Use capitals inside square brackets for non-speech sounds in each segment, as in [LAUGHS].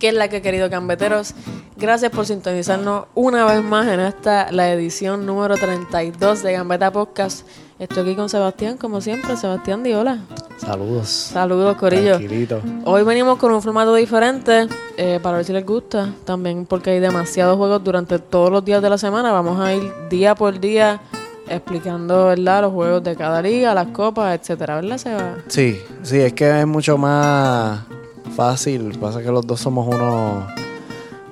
¿Qué es la que, querido cambeteros? Gracias por sintonizarnos una vez más en esta, la edición número 32 de Gambeta Podcast. Estoy aquí con Sebastián, como siempre. Sebastián, di hola. Saludos. Saludos, Corillo. Tranquilito. Hoy venimos con un formato diferente eh, para ver si les gusta. También porque hay demasiados juegos durante todos los días de la semana. Vamos a ir día por día explicando, ¿verdad? Los juegos de cada liga, las copas, etcétera, ¿verdad, Seba? Sí, sí, es que es mucho más fácil. Pasa que los dos somos unos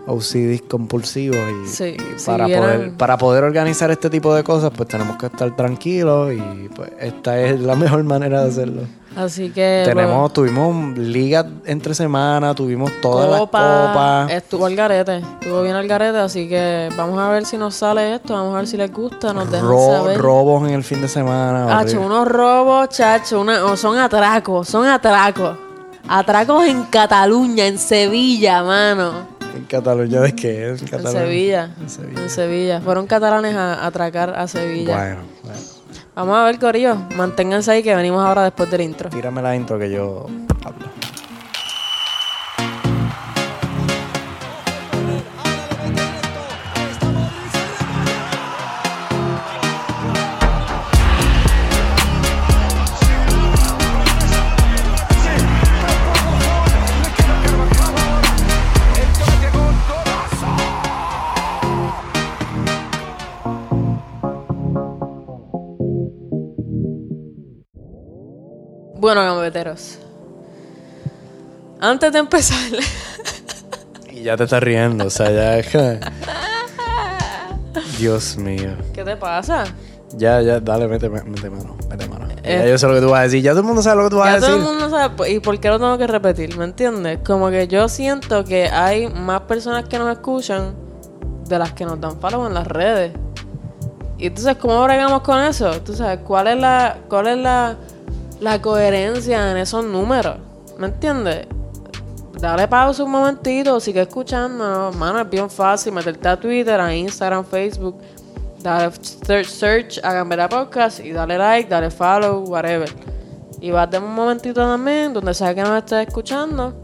OCD compulsivos y, Sí, y si para, vieran- poder, para poder organizar este tipo de cosas, pues tenemos que estar tranquilos y pues esta es la [LAUGHS] mejor manera de hacerlo. Así que... pues, Tenemos, tuvimos ligas entre semana, tuvimos todas las copas. Estuvo al garete, estuvo bien al garete, así que vamos a ver si nos sale esto, vamos a ver si les gusta, nos dejan ro- saber. Ah, robos en el fin de semana. Chacho, horrible. unos robos, chacho, una- oh, son atracos, son atracos. Atracos en Cataluña, en Sevilla, mano. ¿En Cataluña de qué es? En Cataluña. Sevilla, En Sevilla. en Sevilla. Fueron catalanes a a atracar a Sevilla. Bueno, bueno. Vamos a ver, Corillo, manténganse ahí que venimos ahora después del intro. Tírame la intro que yo hablo. Bueno, gambeteros. Antes de empezar... [LAUGHS] Y ya te estás riendo, o sea, ya [LAUGHS] [LAUGHS] es que- Dios mío. ¿Qué te pasa? Ya, ya, dale, mete, mete mano, mete mano. Ya yo sé lo que tú vas a decir, ya todo el mundo sabe lo que tú vas Eh. Ya a decir. todo el mundo sabe, pues, ¿y por qué lo tengo que repetir? ¿Me entiendes? Como que yo siento que hay más personas que nos escuchan de las que nos dan follow en las redes. Y entonces, ¿cómo bregamos con eso? ¿Tú sabes cuál es la, cuál es la, la coherencia en esos números? ¿Me entiendes? Dale pausa un momentito, sigue escuchando, mano, es bien fácil meterte a Twitter, a Instagram, Facebook, dale search, search a Gambera Podcast y dale like, dale follow, whatever. Y vas de un momentito también, donde sea que nos estés escuchando.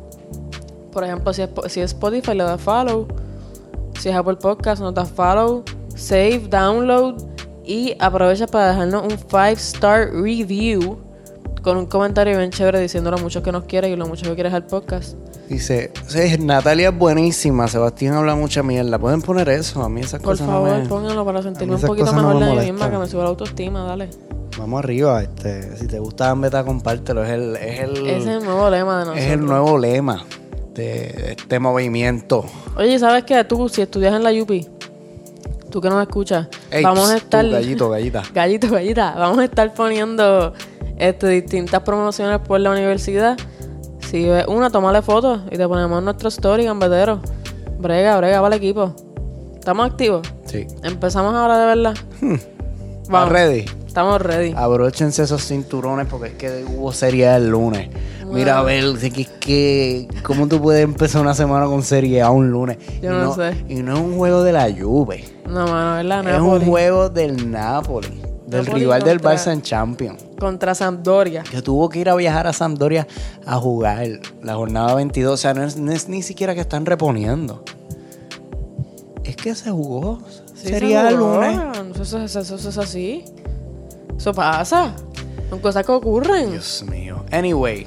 Por ejemplo, si es, po- si es Spotify, le das follow. Si es Apple Podcast, nos das follow, save, download y aprovecha para dejarnos un 5-star review con un comentario bien chévere diciendo lo mucho que nos quieres y lo mucho que quieres al podcast. Dice, "Sí, Natalia es buenísima, Sebastián habla mucha mierda. Pueden poner eso, a mí esas Por cosas favor, no me... pónganlo para sentirme a mí un esas poquito cosas no mejor me de mí molestan. Mm. misma, que me suba la autoestima, dale. Vamos arriba, este, si te gusta Gambeta, compártelo, es el, es el, Ese es el nuevo lema de nosotros. es el nuevo lema de este movimiento. Oye, ¿sabes qué? Tú, si estudias en la Yupi, tú que nos escuchas, Ey, vamos a pss, tú, estar... gallito, gallita. [LAUGHS] Gallito, gallita, vamos a estar poniendo este, distintas promociones por la universidad. Si ves una, tomale fotos y te ponemos nuestro story, gambetero. Brega, brega, vale equipo. ¿Estamos activos? Sí. Empezamos ahora de verdad. ¿Estás ready? Estamos [LAUGHS] ready. Abróchense esos cinturones porque es que hubo serie el lunes. Mira, a ver, es que, es que- ¿cómo tú puedes empezar una semana con serie A un lunes? Yo y no sé. Y no es un juego de la Juve, No, mano, ¿verdad? es un Napoli juego del Napoli, del Napoli rival del contra- Barça en Champions, Contra Sampdoria. que tuvo que ir a viajar a Sampdoria a jugar la jornada 22. O sea, no es, no es ni siquiera que están reponiendo. Es que se jugó Sí, serie A el seguro. lunes. Eso, eso- eso- eso- eso es así. Eso pasa. Son cosas que ocurren. Dios mío. Anyway,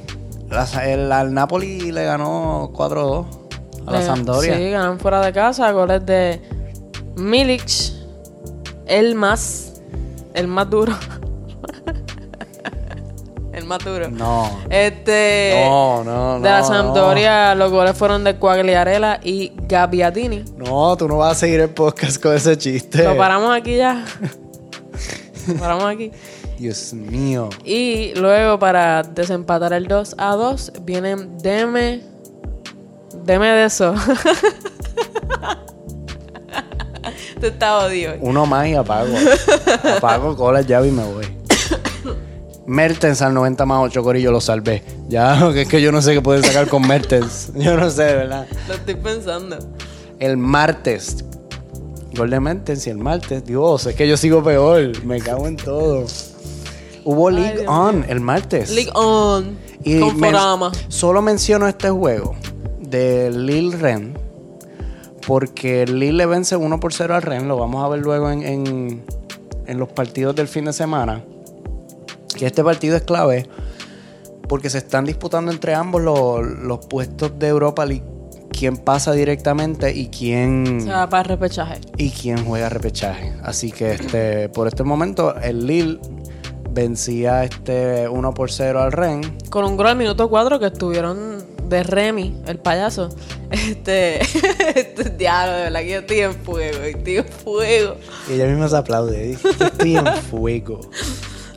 la Sa- el, al Napoli le ganó 4-2 a la Eh, Sampdoria. Sí, ganan fuera de casa. Goles de Milic, el más, el más duro. [LAUGHS] el más duro. No. Este. no, no, no. de la no. Sampdoria, los goles fueron de Quagliarella y Gabbiadini. No. tú no vas a seguir el podcast con ese chiste. Lo paramos aquí [LAUGHS] ya. Lo paramos aquí. Dios mío. Y luego para desempatar el 2 a 2 vienen Deme. Deme de eso. [LAUGHS] Tú estás odio. hoy. Uno más y apago. [LAUGHS] apago, cola, llave y me voy. Mertens al 90 más 8, Corillo, lo salvé. Ya, [LAUGHS] que es que yo no sé qué pueden sacar con Mertens. Yo no sé, de verdad. Lo estoy pensando. El martes. Gol de Mertens y el martes. Dios, es que yo sigo peor. Me cago en todo. Hubo League Dios On el martes. League On. Y con men- Forama. Solo menciono este juego. de Lil Ren. Porque Lil le vence 1 por 0 al Ren. Lo vamos a ver luego en, en, en los partidos del fin de semana. Que este partido es clave. Porque se están disputando entre ambos los, los puestos de Europa League. Quién pasa directamente y quién. Se va para el repechaje. y quien juega repechaje. Así que este, por este momento, el Lille vencía este 1 por 0 al Ren. Con un gol al minuto 4 que estuvieron de Remy, el payaso. [LAUGHS] Este. [LAUGHS] este diablo, de verdad que yo estoy en fuego, estoy en fuego. Y ella misma se aplaude. dice, "Yo Estoy en fuego.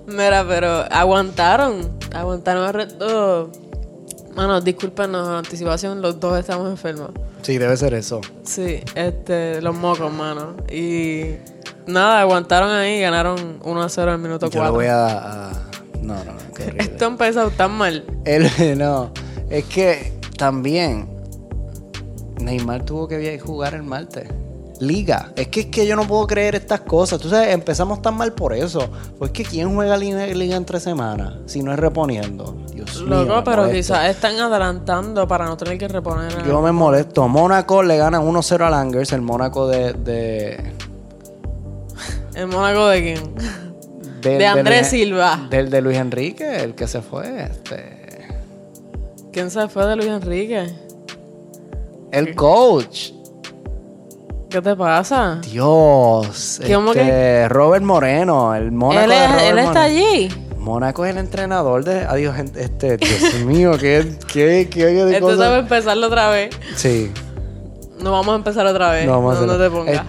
Mira, pero aguantaron. Aguantaron el reto. Mano, discúlpenos anticipación, los dos estamos enfermos. Sí, debe ser eso. Sí, este, los mocos, mano. Y nada, aguantaron ahí, ganaron 1 a 0 al minuto Yo lo 4. voy a. a- No, no, no, qué horrible. [LAUGHS] Esto empezó tan mal. El- no, es que también Neymar tuvo que via- jugar el martes. Liga. Es que es que yo no puedo creer estas cosas. Tú sabes, empezamos tan mal por eso. Pues que ¿quién juega liga, liga en tres semanas? Si no es reponiendo. Dios mío. Loco, me pero molesto. quizás están adelantando para no tener que reponer. a- Yo me molesto. Mónaco le gana 1-0 al Angers, el Mónaco de. de, ¿El Mónaco de quién? del- De del- Andrés Silva. [LAUGHS] Del de Luis Enrique, el que se fue. Este. ¿Quién se fue de Luis Enrique? El coach. ¿Qué te pasa? Dios. ¿Qué, cómo este, Robert Moreno, el Mónaco Él, de es- Robert él está Moreno. allí. Mónaco es el entrenador de. Adiós, gente, este. Dios [LAUGHS] mío, qué, qué, qué hoyo de Entonces cosas. vamos a empezarlo otra vez. Sí. No vamos a empezar otra vez. No, No, vamos a Eh, no, hacerlo. Eh, te pongas.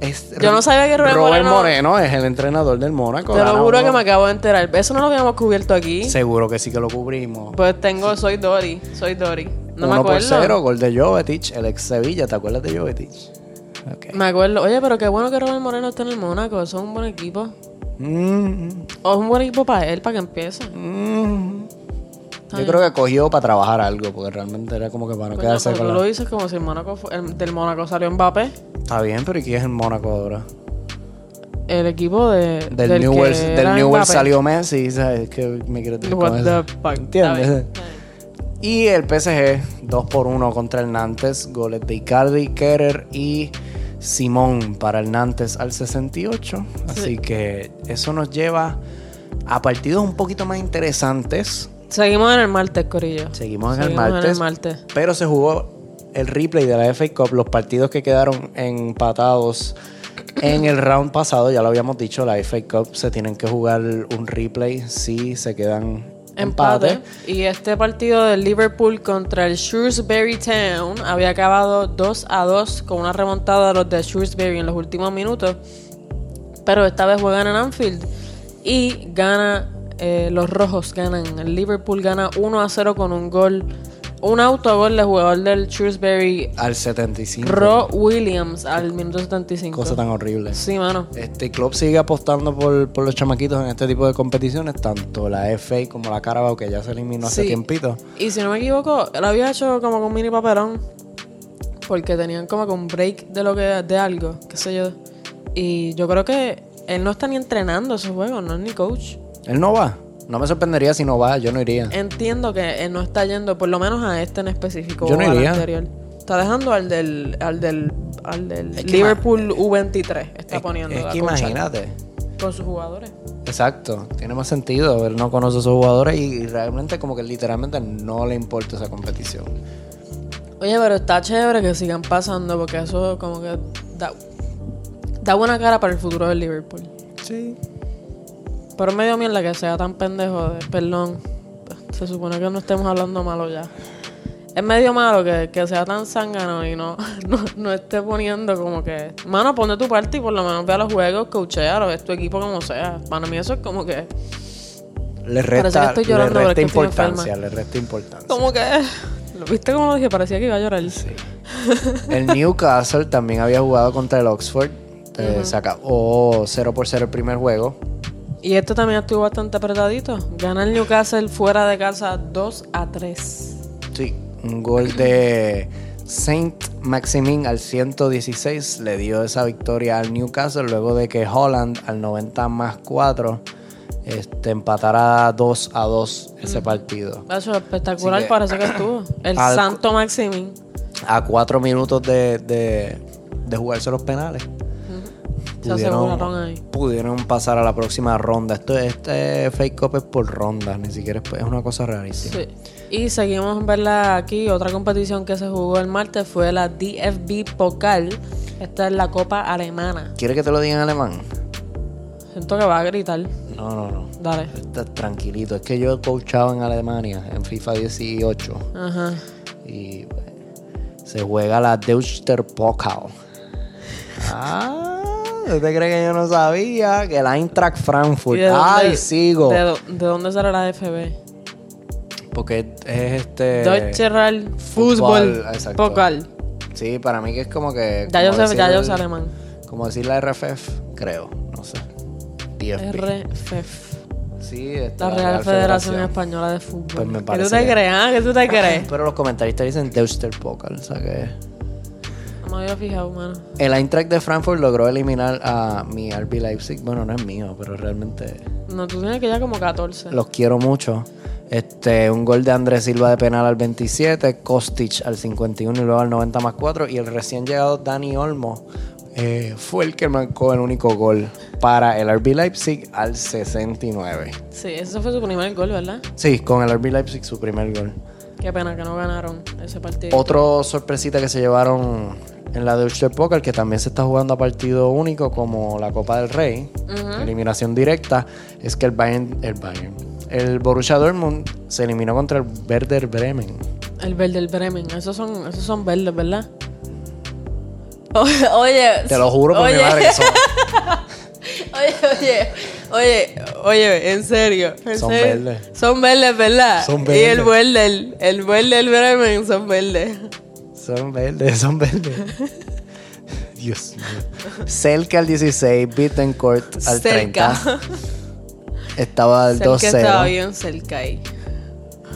Este. es- Yo no sabía que Robert Moreno- es el entrenador del Mónaco. te lo gana juro uno. que me acabo de enterar. Eso no es lo que hemos cubierto aquí. Seguro que sí que lo cubrimos. Pues tengo, soy Dory. Soy Dory. No me 1 por acuerdo. 0, gol de Jovetic, el ex Sevilla. ¿Te acuerdas de Jovetic? Ok. Me acuerdo. Oye, pero qué bueno que Robert Moreno está en el Mónaco. Eso es un buen equipo. Mm, O es un buen equipo para él, para que empiece. mm. Yo creo que cogió para trabajar algo, porque realmente era como que para no Coño, quedarse pero con tú la- lo dices como si el Mónaco fu- el- del Mónaco salió Mbappé. Está bien, pero ¿y quién es el Mónaco ahora? El equipo de, Del, del Newell's, que del era Newell's Mbappé. salió Messi, ¿sabes? Es que me quiero tirar What con the eso. fuck. ¿Entiendes? Está bien, está bien. Y el PSG, 2 por 1 contra el Nantes, goles de Icardi, Kerer y Simón para el Nantes al 68. Así que eso nos lleva a partidos un poquito más interesantes. Seguimos en el martes, Corillo. Seguimos en el Seguimos martes. Pero se jugó el replay de la FA Cup, los partidos que quedaron empatados en el round pasado, ya lo habíamos dicho, la FA Cup se tienen que jugar un replay si se quedan Empate. empate. Y este partido del Liverpool contra el Shrewsbury Town había acabado 2 a 2 con una remontada de los de Shrewsbury en los últimos minutos. Pero esta vez juegan en Anfield y gana. eh, los rojos ganan. El Liverpool gana 1 a 0 con un gol. Un autogol del jugador del Shrewsbury, Al 75. Ro Williams, al minuto 75. Cosa tan horrible. Sí, mano. Este club sigue apostando por, por los chamaquitos en este tipo de competiciones, tanto la FA como la Carabao, que ya se eliminó hace Sí. tiempito. Y si no me equivoco, lo había hecho como con mini papelón. Porque tenían como con break de lo que de algo, qué sé yo. Y yo creo que él no está ni entrenando esos juegos, no es ni coach. Él no va. No me sorprendería si no va, yo no iría. Entiendo que él no está yendo, por lo menos a este en específico. Yo no o al iría. anterior. Está dejando al del, al del, al del Liverpool U23. Está poniendo Es a que coachar imagínate. con sus jugadores. Exacto, tiene más sentido. Él no conoce a sus jugadores y realmente como que literalmente no le importa esa competición. Oye, pero está chévere que sigan pasando porque eso como que da, da buena cara para el futuro del Liverpool. Sí. Pero medio mierda que sea tan pendejo de, perdón, se supone que no estemos hablando malo ya. Es medio malo que, que sea tan zángano y no, [LAUGHS] no, no esté poniendo como que... Mano, pon de tu parte y por lo menos ve a los juegos, coachéalo, es tu equipo como sea. Para mí eso es como que... Le que resta, estoy le llorando, pero resta es que estoy importancia, le resta importancia. Como que... [LAUGHS] ¿lo ¿Viste cómo lo dije? Parecía que iba a llorar. El Newcastle también había jugado contra el Oxford. Eh, Se acabó 0 por 0 el primer juego. Y este también estuvo bastante apretadito. Gana el Newcastle fuera de casa 2 a 3. Sí, un gol de Saint Maximin al 116 le dio esa victoria al Newcastle luego de que Holland al 90 más 4 este, empatara 2 a 2 ese partido. Eso es espectacular, Así que- parece que estuvo. El Al- Santo Maximin. A 4 minutos de, de, de jugarse los penales. Se aseguraron ahí. pudieron pasar a la próxima ronda. Esto, este fake cup es por ronda, ni siquiera es, es una cosa rarísima. Sí. Y seguimos en verla aquí. Otra competición que se jugó el martes fue la DFB Pokal. Esta es la Copa Alemana. ¿Quieres que te lo diga en alemán? Siento que va a gritar. No, no, no. Dale. Está tranquilito. Es que yo he coachado en Alemania, en FIFA 18. Ajá. Y pues, se juega la Deutscher Pokal. Ah, ¿usted cree que yo no sabía? Que la Eintracht Frankfurt. ¿Y de dónde- Pues, Ay, sigo. ¿De, do- de dónde será la FB? Porque es este... Deutsche Real Fútbol, Fútbol exacto. Pokal. Sí, para mí que es como que... Ya yo como sé, ya decir- yo sé alemán. Como decir la RFF, creo, no sé. DFB. RFF. sí, está La Real Federación Española de Fútbol. Pues me ¿Qué tú parece te que- crees? ah? ¿Qué tú [LAUGHS] te crees? Pero los comentaristas dicen Deutscher Pokal, o sea que... No me había fijado, mano. El Eintracht de Frankfurt logró eliminar a mi RB Leipzig. Bueno, no es mío, pero realmente No, tú tienes que ya como 14. los quiero mucho. Este, un gol de Andrés Silva de penal al 27, Kostic al 51 y luego al 90 más 4. Y el recién llegado Dani Olmo eh, fue el que marcó el único gol para el RB Leipzig al 69. Sí, ese fue su primer gol, ¿verdad? Sí, con el RB Leipzig su primer gol. Qué pena que no ganaron ese partido. Otro sorpresita que se llevaron en la Deutsche Poker, que también se está jugando a partido único como la Copa del Rey, eliminación directa, es que el Bayern, el Bayern, el Borussia Dortmund se eliminó contra el Werder Bremen. El verde, el Bremen. Esos son, esos son verdes, ¿verdad? O- [LAUGHS] oye. Te lo juro por oye, mi madre que son, [LAUGHS] Oye, oye, oye, oye, en serio. en Son serio. verdes. Son verdes, ¿verdad? Son Y el verdes. verde, el, el verde, el Bremen son verdes. son verdes, son verdes. [LAUGHS] Dios mío. Selke al 16, Bittencourt al 30. cerca. Estaba al cerca 2-0. estaba bien cerca ahí. [LAUGHS]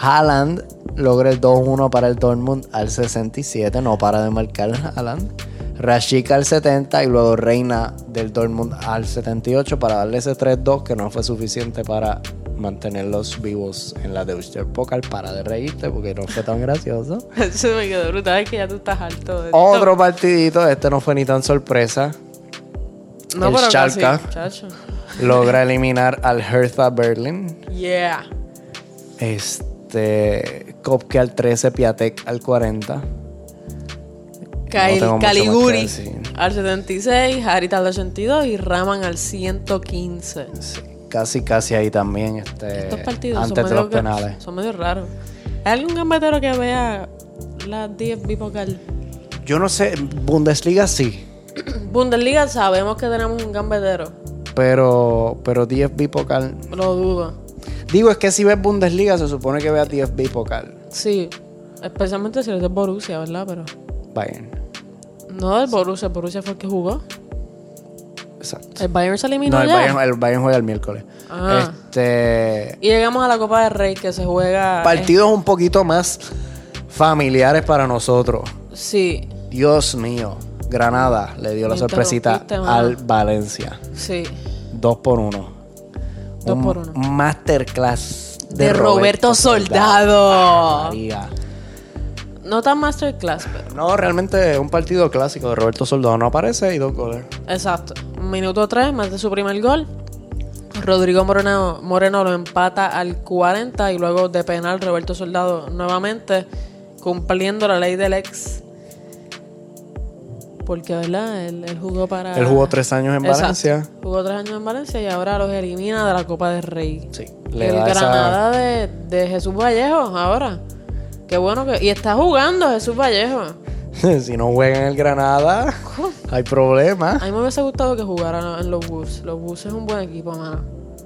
Haaland logra el 2-1 para el Dortmund al 67. No para de marcar Haaland. Rashik al 70 y luego Reina del Dortmund al 78 para darle ese 3-2 que no fue suficiente para mantenerlos vivos en la Deutsche Pokal. Para de reírte porque no fue tan gracioso. [LAUGHS] Eso me quedó brutal. Es que ya tú estás alto. de Otro partidito, este no fue ni tan sorpresa. esto. No, el pero casi, Schalke. chacho. Logra eliminar al Hertha Berlin Yeah. Este. Kopke al 13, Piatek al 40. Kyle tengo mucho más que Caliguri decir. al 76, Harita al 82 y Raman al 115. Sí, Casi, casi ahí también. Este, Estos partidos son antes de medio, los que- penales. son medio raros. ¿Hay algún gambetero que vea la 10 bipocal? [CLEARS THROAT] Yo no sé, Bundesliga sí, Bundesliga sabemos que tenemos un gambetero. pero, pero DFB Pokal. Lo dudo. Digo, es que si ves Bundesliga se supone que veas DFB Pokal. Sí. Especialmente si eres del Borussia, ¿verdad? Pero. Bayern. No del Borussia, el Borussia fue el que jugó. Exacto. El Bayern se eliminó No, el ya. Bayern, el Bayern juega el miércoles. Ah. Este. Y llegamos a la Copa del Rey que se juega. Partidos un poquito más familiares para nosotros. Sí, Dios mío. Granada le dio la Me sorpresita interrumpiste, mano. al Valencia. sí. Dos por uno. Dos Un por uno. Masterclass De Roberto Soldado. Ah, María. No tan masterclass, pero. No, realmente un partido clásico de Roberto Soldado. No aparece y dos goles. Exacto. Minuto 3, más de su primer gol. Rodrigo Moreno, Moreno lo empata al 40 y luego de penal Roberto Soldado nuevamente cumpliendo la ley del ex. Porque, ¿verdad? Él, él jugó para... Él jugó tres años en Ah. Exacto. Valencia. Jugó tres años en Valencia y ahora los elimina de la Copa del Rey. Sí. Le el da esa- Granada de, de Jesús Vallejo ahora. Qué bueno que... Y está jugando Jesús Vallejo. [LAUGHS] si no juega en el Granada, [LAUGHS] hay problemas. A mí me hubiese gustado que jugaran en los Bulls. Los Bulls es un buen equipo, mano.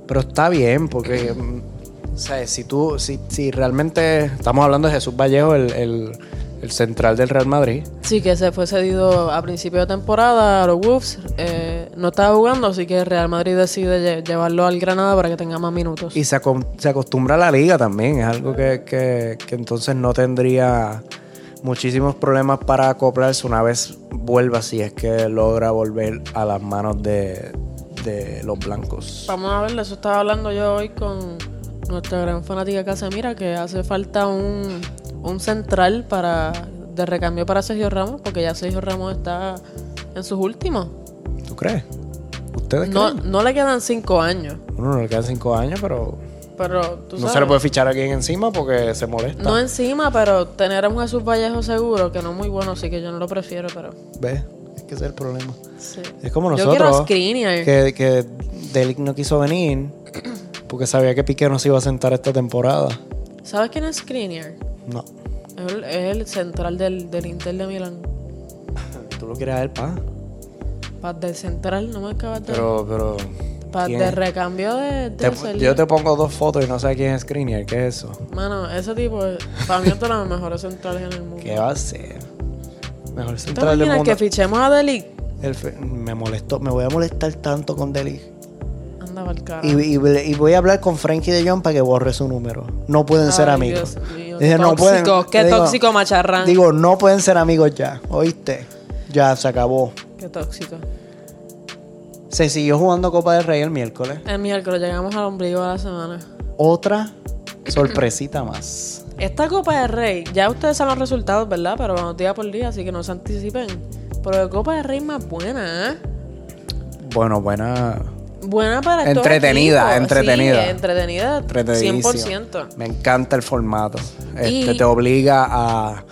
Pero está bien, porque mm, o sea, si tú, si, si realmente estamos hablando de Jesús Vallejo, el, el- el central del Real Madrid. Sí, que se fue cedido a principio de temporada a los Wolves. Eh, no estaba jugando, así que Real Madrid decide lle- llevarlo al Granada para que tenga más minutos. Y se, acom- se acostumbra a la liga también. Es algo que, que- que entonces no tendría muchísimos problemas para acoplarse una vez vuelva, si es que logra volver a las manos de, de los blancos. Vamos a verlo, eso estaba hablando yo hoy con nuestra gran fanática Casemira, que hace falta un, un central para de recambio para Sergio Ramos, porque ya Sergio Ramos está en sus últimos. ¿Tú crees? ¿Ustedes No, creen? no le quedan cinco años, Bueno, no le quedan cinco años, pero pero tú no sabes. se le puede fichar a alguien encima porque se molesta. No encima, pero tener a un Jesús Vallejo seguro, que no es muy bueno, así que yo no lo prefiero, pero ¿Ves? Es que ese es el problema. sí. Es como yo quiero a nosotros. Skriniar. que, que Delic no quiso venir porque sabía que Piqué no se iba a sentar esta temporada. ¿Sabes quién es Skriniar? No. Es el, es el central del, del Inter de Milán. Tú lo quieres a él, pa. Para del central, no me acabas de... Pero, pero. Para ¿quién de es? recambio de... de Te- Sergio. yo te pongo dos fotos y no sé quién es Screener. ¿Qué es eso? Mano, ese tipo, es- para mí es de los mejores centrales en el mundo. ¿Qué va a ser? Mejor ¿Tú te central del imaginas mundo. que fichemos a Delic? El fe- me molestó. Me voy a molestar tanto con Delic. Anda pa'l carajo. Y, y- y voy a hablar con Frankie de Jong para que borre su número. No pueden ser Ay, amigos. Dios mío, Dije, no pueden. tóxico, qué Yo digo- tóxico macharrán. Digo, no pueden ser amigos ya. ¿Oíste? Ya se acabó. Qué tóxico. Se siguió jugando Copa del Rey el miércoles. El miércoles llegamos al ombligo de la semana. Otra sorpresita más. Esta Copa del Rey, ya ustedes saben los resultados, ¿verdad? Pero vamos día por día, así que no se anticipen. Pero la Copa del Rey más buena, ¿eh? Bueno, buena. Buena para todos Entretenida, los equipos. entretenida. Sí, entretenida. Entretenidísimo. 100%. Me encanta el formato. Este, Y- Te obliga a,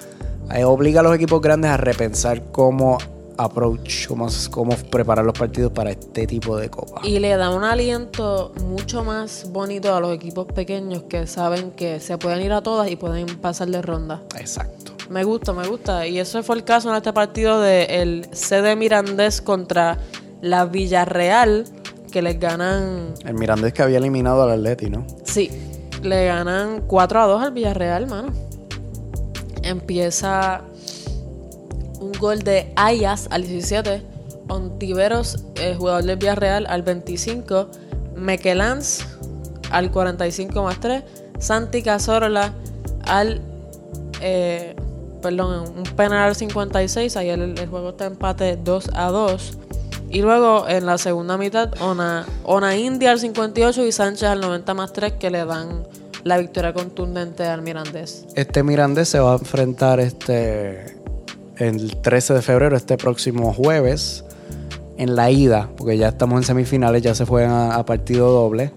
a- Obliga a los equipos grandes a repensar cómo approach, cómo, cómo preparar los partidos para este tipo de copa. Y le da un aliento mucho más bonito a los equipos pequeños que saben que se pueden ir a todas y pueden pasar de ronda. Exacto. Me gusta, me gusta. Y eso fue el caso en este partido del CD Mirandés contra la Villarreal, que les ganan. El Mirandés que había eliminado al Atleti, ¿no? Sí, le ganan 4 a 2 al Villarreal, mano. Empieza un gol de Ayas al 17, Ontiveros, eh, jugador del Villarreal, al 25, Mequelans al 45 más 3, Santi Cazorla al. eh, perdón, un penal al 56, ahí el, el juego está empate 2 a 2. Y luego en la segunda mitad, Ona, Ona India al 58 y Sánchez al 90 más 3 que le dan la victoria contundente al Mirandés. Este Mirandés se va a enfrentar este el 13 de febrero, este próximo jueves, en la ida, porque ya estamos en semifinales, ya se juegan a, a partido doble.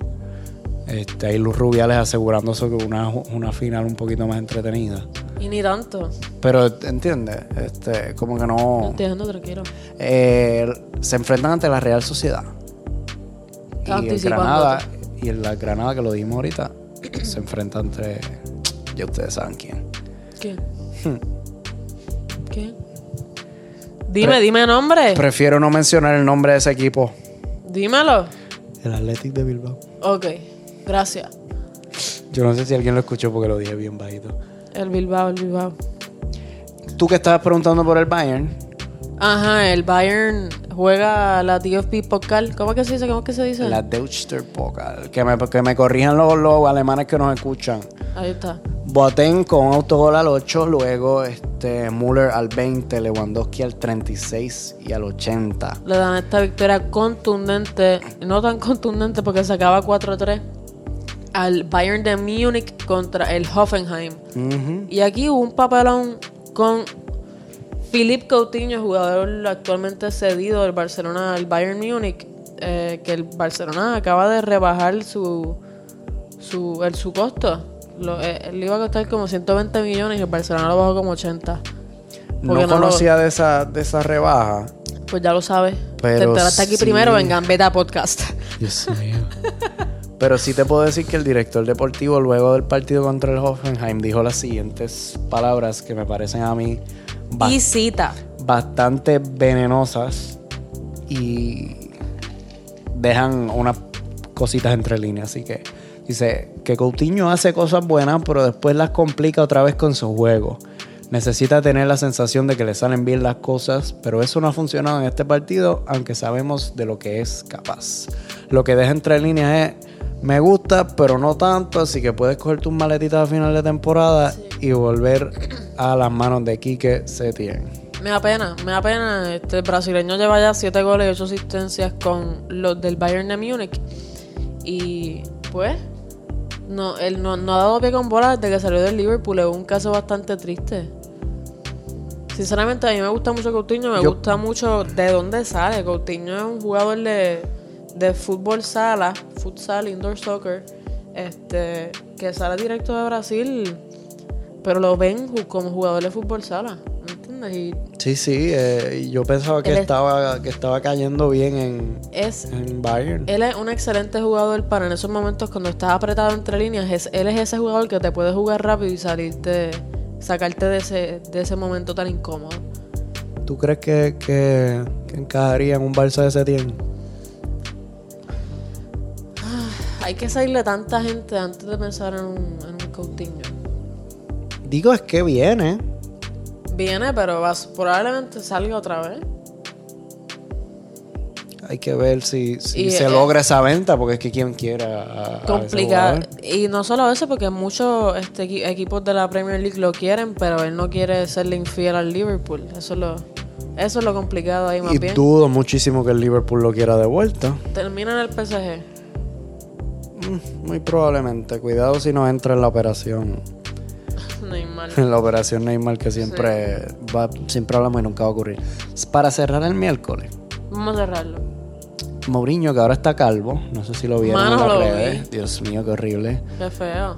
Este, ahí Luz Rubiales asegurándose que una, ju- una final un poquito más entretenida. Y ni tanto. Pero, ¿entiendes? Este, como que no... Estoy dejando tranquilo. Eh, se enfrentan ante la Real Sociedad. Y Estaba el anticipándote. Granada, y el la Granada que lo dijimos ahorita, se enfrenta entre... Ya ustedes saben quién. ¿Qué? ¿Qué? Dime, dime nombre. Prefiero no mencionar el nombre de ese equipo. Dímelo. El Athletic de Bilbao. Ok, gracias. Yo no sé si alguien lo escuchó porque lo dije bien bajito. El Bilbao, el Bilbao. Tú que estabas preguntando por el Bayern, Ajá, el Bayern juega la DFB Pokal. ¿Cómo es que se dice? ¿Cómo es que se dice? la Deutscher Pokal, que me, que me corrijan los, los alemanes que nos escuchan. Ahí está. Boateng con un autogol al 8, luego este, Müller al 20, Lewandowski al 36 y al 80. Le dan esta victoria contundente, no tan contundente porque se acaba 4-3, al Bayern de Múnich contra el Hoffenheim. Ujú. Y aquí hubo un papelón con Philippe Coutinho, jugador actualmente cedido del Barcelona al Bayern Múnich, eh, que el Barcelona acaba de rebajar su, su, el, su costo. Lo, eh, él iba a costar como 120 millones y el Barcelona lo bajó como 80. No, Porque no lo- conocía de, esa, de esa rebaja. Pues ya lo sabes. Te Pero enteraste aquí sí. primero en Gambeta Podcast. Dios mío. [LAUGHS] Pero sí te puedo decir que el director deportivo, luego del partido contra el Hoffenheim, dijo las siguientes palabras que me parecen a mí ba- Y cita. bastante venenosas y dejan unas cositas entre líneas. Así que dice que Coutinho hace cosas buenas, pero después las complica otra vez con su juego. Necesita tener la sensación de que le salen bien las cosas, pero eso no ha funcionado en este partido, aunque sabemos de lo que es capaz. Lo que deja entre líneas es, me gusta, pero no tanto, así que puedes coger tus maletitas a final de temporada y volver a las manos de Quique Setién. Me da pena, me da pena. Este, el brasileño lleva ya 7 goles y 8 asistencias con los del Bayern de Múnich. Y pues, no, él no, no ha dado pie con bola desde que salió del Liverpool. Es un caso bastante triste. Sinceramente, a mí me gusta mucho Coutinho, me Yo- gusta mucho de dónde sale. Coutinho es un jugador de, de fútbol sala, futsal, indoor soccer, este, que sale directo de Brasil, pero lo ven ju- como jugador de fútbol sala. ¿Me entiendes? Y Sí, sí, eh, yo pensaba que Él es- estaba, que estaba cayendo bien en, es en Bayern. Él es un excelente jugador para en esos momentos cuando estás apretado entre líneas. Es, él es ese jugador que te puede jugar rápido y salirte, sacarte de ese, de ese momento tan incómodo. ¿Tú crees que, que, que encajaría en un Barça de Setién? Hay que salirle tanta gente antes de pensar en un, en un Coutinho. Digo, es que viene. Viene, pero vas, probablemente salga otra vez. Hay que ver si, si Y, se eh, logra esa venta, porque es que quien quiera. a- a ese Complicado. jugador. Y no solo eso, porque muchos este, equi- equipos de la Premier League lo quieren, pero él no quiere serle infiel al Liverpool. Eso es lo, eso es lo complicado ahí más Y bien. dudo muchísimo que el Liverpool lo quiera de vuelta. Termina en el PSG. Mm, Muy probablemente. Cuidado si no entra en la operación. [LAUGHS] [LAUGHS] Neymar. En la operación Neymar que siempre va, siempre hablamos y nunca va a ocurrir. Para cerrar el miércoles, Vamos a cerrarlo. Mourinho, que ahora está calvo, no sé si lo vieron Mano, en las lo redes. Dios mío, qué horrible. Qué feo.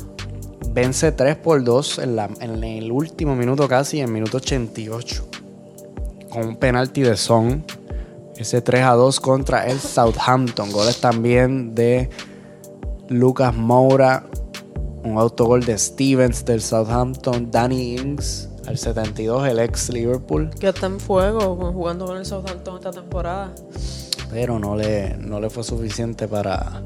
Vence 3 por 2 en, la- en el último minuto casi, en minuto 88. Con un penalti de Son. Ese 3 a 2 contra el Southampton. Goles también de Lucas Moura. Un autogol de Stevens del Southampton. Danny Ings al 72, el ex Liverpool. Que está en fuego con- jugando con el Southampton esta temporada. Pero no le, no le fue suficiente para,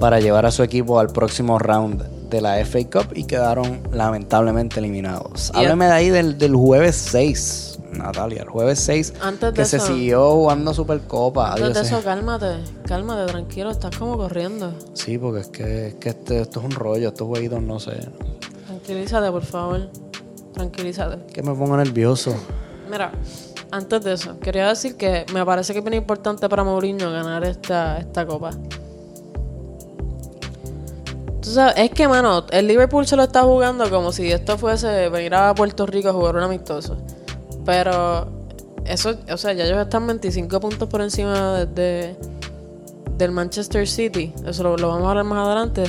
para llevar a su equipo al próximo round de la FA Cup y quedaron lamentablemente eliminados. Y Háblame de ahí del, del jueves 6, Natalia, el jueves 6, Antes de que se eso- siguió jugando Supercopa. Antes de Adiós, eso, cálmate. Cálmate, tranquilo. Estás como corriendo. eh. Sí, porque es que, es que este- esto es un rollo, estos jueguitos no sé. Tranquilízate, por favor. Tranquilízate. Que me pongo nervioso. Mira, antes de eso, quería decir que me parece que es bien importante para Mourinho ganar esta, esta copa. Tú sabes, es que, mano, el Liverpool se lo está jugando como si esto fuese venir a Puerto Rico a jugar un amistoso. Pero eso, o sea, ya ellos están 25 puntos por encima de, de- del Manchester City. Eso lo, lo vamos a hablar más adelante.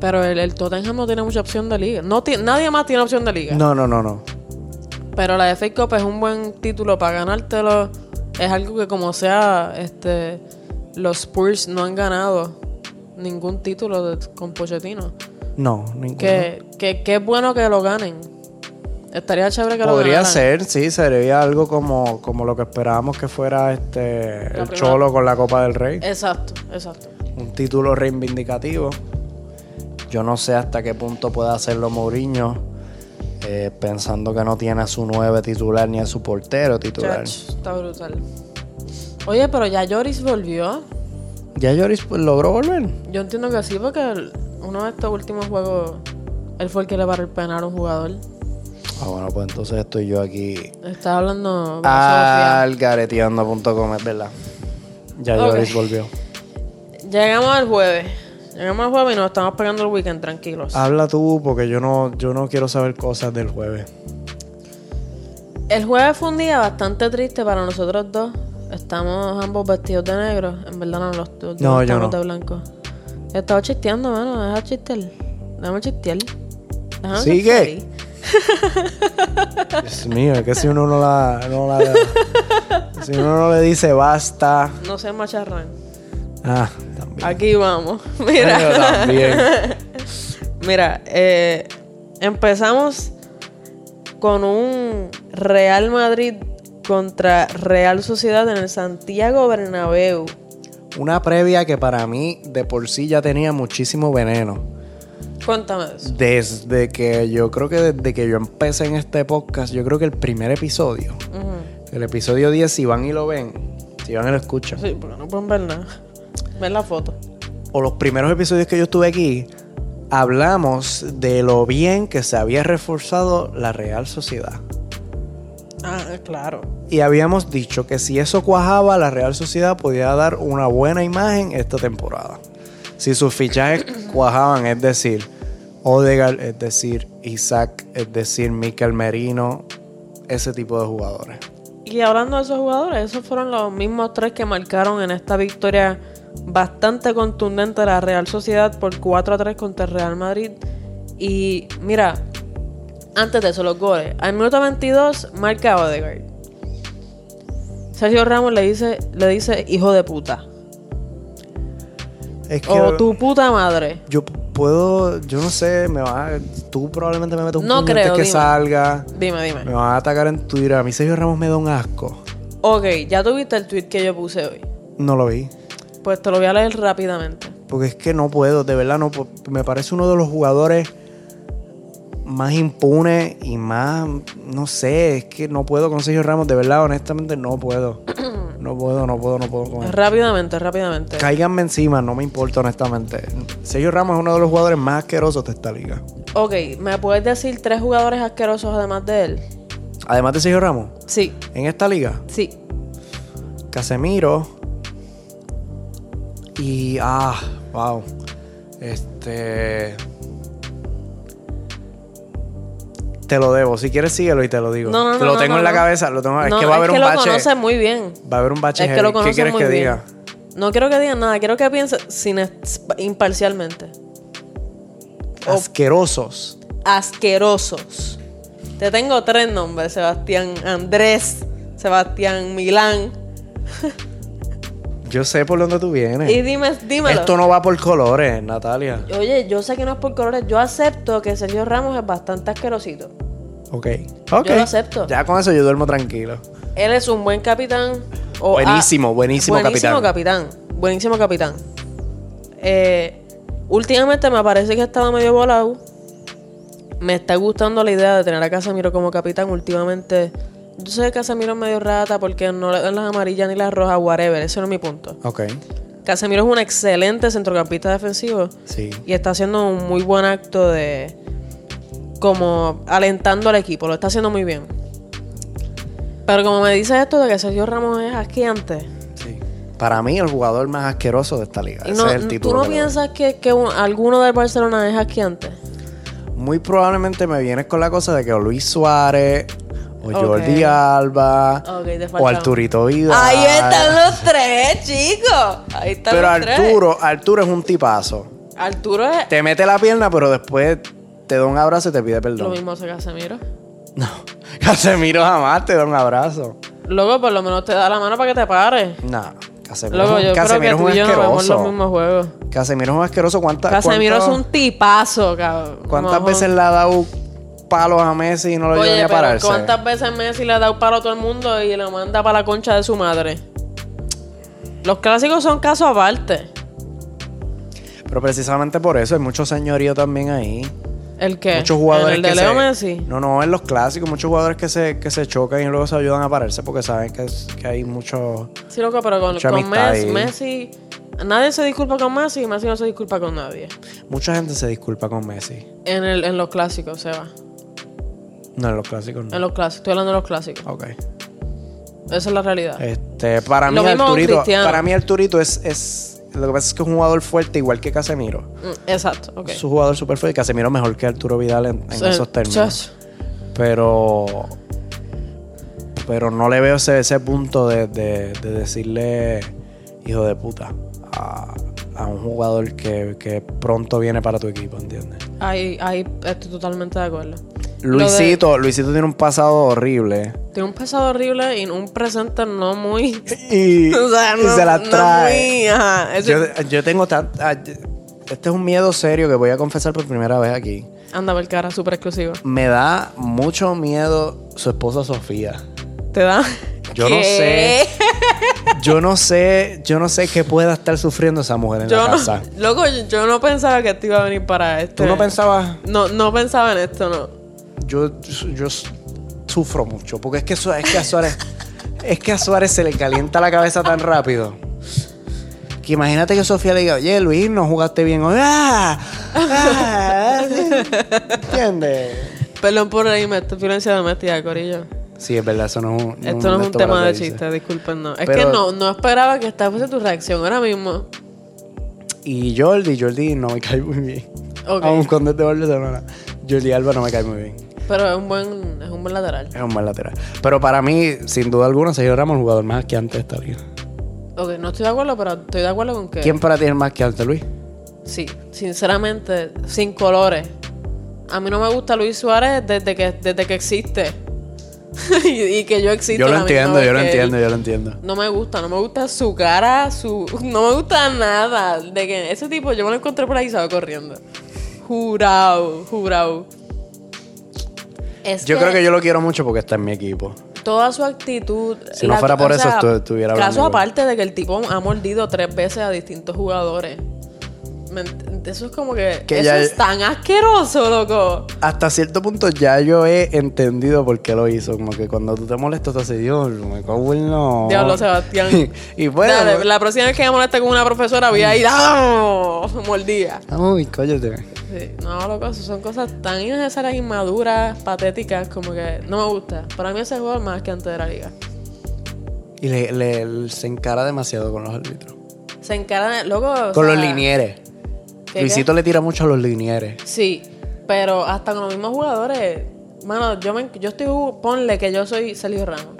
Pero el, el Tottenham no tiene mucha opción de liga. No ti- nadie más tiene opción de liga. No, no, no, no. Pero la FA Cup es un buen título para ganártelo. Es algo que como sea, este, los Spurs no han ganado ningún título de- con Pochettino. No, ninguno. Que, que, que es bueno que lo ganen. Estaría chévere que lo Podría ganaran. ser, sí, sería algo como, como lo que esperábamos que fuera este el primera- Cholo con la Copa del Rey. Exacto, exacto. un título reivindicativo. Yo no sé hasta qué punto puede hacerlo Mourinho, eh, pensando que no tiene a su nueve titular ni a su portero titular. Chach, está brutal. Oye, pero ya Lloris volvió. Ya Lloris pues, logró volver. Yo entiendo que sí, porque el- uno de estos últimos juegos, él fue el que le paró el penal a un jugador. Ah, bueno, pues entonces estoy yo aquí Está hablando... Ah, al gareteando.com, es verdad. Ya Ok. Lloris volvió. Llegamos al jueves. Llegamos al jueves y nos estamos pegando el weekend, tranquilos. Habla tú, porque yo no, yo no quiero saber cosas del jueves. El jueves fue un día bastante triste para nosotros dos. Estamos ambos vestidos de negro. En verdad no, los dos No, yo estamos no. de blanco. He estado chisteando, mano. Deja chistear. Déjame chistear. Déjame ser Sigue. feliz. Dios mío, es que si uno no la. no la- si uno no le dice basta. No se macharrán. Ah, también. Aquí vamos. [LAUGHS] Mira. Pero también. Mira, eh, empezamos con un Real Madrid contra Real Sociedad en el Santiago Bernabéu. Una previa que para mí de por sí ya tenía muchísimo veneno. Cuéntame de eso. Desde que yo creo que desde que yo empecé en este podcast, yo creo que el primer episodio, Ujú. el episodio 10, si van y lo ven, si van y lo escuchan, Sí, porque no pueden ver nada. Ver la foto. o los primeros episodios que yo estuve aquí, hablamos de lo bien que se había reforzado la Real Sociedad. Ah, claro. Y habíamos dicho que si eso cuajaba, la Real Sociedad podía dar una buena imagen esta temporada. Si [CLEARS THROAT] sus fichajes cuajaban, es decir, Odegaard, es decir, Isaac, es decir, Mikel Merino, ese tipo de jugadores. Y hablando de esos jugadores, esos fueron los mismos tres que marcaron en esta victoria bastante contundente de la Real Sociedad por 4 a 3 contra el Real Madrid. Y mira, antes de eso, los goles. Al minuto 22 marca Odegaard. Sergio Ramos le dice, le dice hijo de puta. Es que O tu puta madre. yo p- puedo, yo no sé, me va, tú probablemente me metas un No puño creo, antes que dime. salga. Dime, Me dime. van a atacar en Twitter. A mí Sergio Ramos me da un asco. Ok, ya tuviste el tweet que yo puse hoy. No lo vi. Pues te lo voy a leer rápidamente. Porque es que no puedo, de verdad no. po- Me parece uno de los jugadores más impunes y más, no sé, es que no puedo con Sergio Ramos, de verdad, honestamente no puedo. No puedo, no puedo, no puedo con él. Rápidamente, rápidamente. Cáiganme encima, no me importa honestamente. Sergio Ramos es uno de los jugadores más asquerosos de esta liga. Ok, ¿me puedes decir tres jugadores asquerosos además de él? Además de Sergio Ramos, Sí, en esta liga, sí. Casemiro y ah, wow. Este te lo debo, si quieres síguelo y te lo digo. No, no, te no, lo no, tengo no, en la no. cabeza, lo tengo, es No, que va a haber un lo bache. conoce muy bien. Va a haber un bache Es que heavy. lo conoce ¿Qué quieres muy que bien. diga? No quiero que digan nada, quiero que piensen sin es- imparcialmente. O Asquerosos. asquerosos. Te tengo tres nombres, Sebastián Andrés, Sebastián Milán. Yo sé por dónde tú vienes. Y dime, dímelo. Esto no va por colores, Natalia. Oye, yo sé que no es por colores, yo acepto que Sergio Ramos es bastante asquerosito. Ok. Ok. Yo lo acepto. Ya con eso yo duermo tranquilo. Él es un buen capitán. o- ah, Buenísimo, buenísimo buenísimo capitán. Buenísimo capitán. Eh, últimamente me parece que ha estado medio volado. Me está gustando la idea de tener a Casemiro como capitán. Últimamente, yo sé que Casemiro es medio rata porque no le dan las amarillas ni las rojas, whatever. Ese no es mi punto. Ok. Casemiro es un excelente centrocampista defensivo Sí. y está haciendo un muy buen acto de como alentando al equipo, lo está haciendo muy bien. Pero como me dices esto de que Sergio Ramos es asqueante, Sí. Para mí, el jugador más asqueroso de esta liga. y Ese no- es el ¿tú título. no que le doy. piensas que, que un- alguno del Barcelona es asqueante? Muy probablemente me vienes con la cosa de que o Luis Suárez, o Ok. Jordi Alba, Ok, te falta o Arturito Vidal. Ahí están los tres, chicos. Ahí están Pero los tres. Arturo, Arturo es un tipazo. Arturo es Te mete la pierna, pero después te da un abrazo y te pide lo perdón. mismo hace Casemiro. [LAUGHS] No, Casemiro jamás te da un abrazo. Luego por lo menos te da la mano para que te pares. Nah, Casemiro, Luego es yo un- Casemiro creo que tú es y un yo no vemos los asqueroso. mismos juegos. Casemiro es un asqueroso. ¿Cuánta- Casemiro es cuánto- un tipazo, cabrón. ¿Cuántas Mamón. veces le ha dado palos a Messi y no lo lleva ni Oye, a pero pararse? ¿cuántas veces Messi le ha dado palo a todo el mundo y lo manda para la concha de su madre? Los clásicos son casos aparte. Pero precisamente por eso hay mucho señorío también ahí. ¿El qué? Muchos jugadores ¿En el de que Leo se, Messi? No, no, en los clásicos, muchos jugadores que se, que se chocan y luego se ayudan a pararse porque saben que, es- que hay mucho. Sí, loco, pero con, Mucha con amistad Messi, ahí. Messi... Nadie se disculpa con Messi y Messi no se disculpa con nadie. Mucha gente se disculpa con Messi. En, el, en los clásicos, Seba. No, en los clásicos no. En los clásicos. Estoy hablando de los clásicos. Ok. Esa es la realidad. Este, para Lo mí mismo con Arturito, Cristiano. para mí Arturito es, es lo que pasa es que es un jugador fuerte igual que Casemiro. Mm, Exacto, ok. Eh, Es un jugador súper fuerte y Casemiro mejor que Arturo Vidal en, O en sea, esos términos. chacho. Pero. Pero no le veo ese, ese punto de, de- de decirle hijo de puta a, a un jugador que, que pronto viene para tu equipo, ¿entiendes? Ahí, ahí estoy totalmente de acuerdo. Lo de- Luisito, Luisito tiene un pasado horrible. Tiene un pasado horrible y un presente no muy... Y, [LAUGHS] [LAUGHS] O sea, y no- se la no trae. muy, ajá, eso- yo, yo tengo tan. ah, Este es un miedo serio que voy a confesar por primera vez aquí. Anda, el cara, súper exclusivo. Me da mucho miedo su esposa [LAUGHS] Sofía. ¿Te da? Yo [LAUGHS] no ¿Qué? Yo no sé, yo no sé qué pueda estar sufriendo esa mujer en Yo la no, casa. loco, yo- yo no pensaba que te iba a venir para esto. ¿Tú no pensabas? No, no pensaba en esto, no. Yo, yo sufro mucho, porque es que, Su- es que a Suárez es que a Suárez se le calienta la cabeza tan rápido. Que imagínate que Sofía le diga, oye Luis, no jugaste bien hoy. ¡Ah! ¡Ah! ¿Entiendes? Perdón por reírme, esto es violencia doméstica, Corillo. Sí, es verdad, eso no es un, no Esto no es un para tema de reírse. chiste, disculpen, no. Es Pero- que no, no esperaba que esta fuese tu reacción ahora mismo. Y Jordi, Jordi no me cae muy bien. Ok. Aun cuando es de Barcelona. Jordi Alba no me cae muy bien. Pero es un buen, es un buen lateral. Es un mal lateral. Pero para mí, sin duda alguna, Sergio Ramos es el jugador más que antes de esta liga. Ok, no estoy de acuerdo, pero estoy de acuerdo con que. ¿Quién para ti es el más que antes, Luis? Sí, sinceramente, sin colores. A mí no me gusta Luis Suárez desde que, desde que existe. [LAUGHS] y, y que yo existo. Yo lo la misma entiendo, vez yo lo que él. entiendo, yo lo entiendo. No me gusta, no me gusta su cara, su. [LAUGHS] No me gusta nada. De que ese tipo, yo me lo encontré por ahí y se va corriendo. Jurado, jurado. Es Yo creo que yo lo quiero mucho porque está en mi equipo. toda su actitud. Si no fuera por o eso, estu- estuviera hablando Caso igual. aparte de que el tipo ha mordido tres veces a distintos jugadores. Me ent- Eso es como que. Que eso ya- es tan asqueroso, loco. Hasta cierto punto ya yo he entendido por qué lo hizo. Como que cuando tú te molestas, te haces, Dios, me cago en no. Diablo, Sebastián. [LAUGHS] y bueno. Dale, la próxima vez que me moleste con una profesora, voy a ir. ¡Ah! Mordida. Uy, cállate. Sí. No, loco, eso son cosas tan innecesarias, inmaduras, patéticas, como que no me gusta. Para mí ese jugador más que antes de la liga. Y le, le- se encara demasiado con los árbitros. Se encara de- loco. o Con los sea, linieres. ¿qué, Luisito le tira mucho a los linieres. Sí, pero hasta con los mismos jugadores. Mano, yo, me, yo estoy. jug- Ponle que yo soy Sergio Ramos.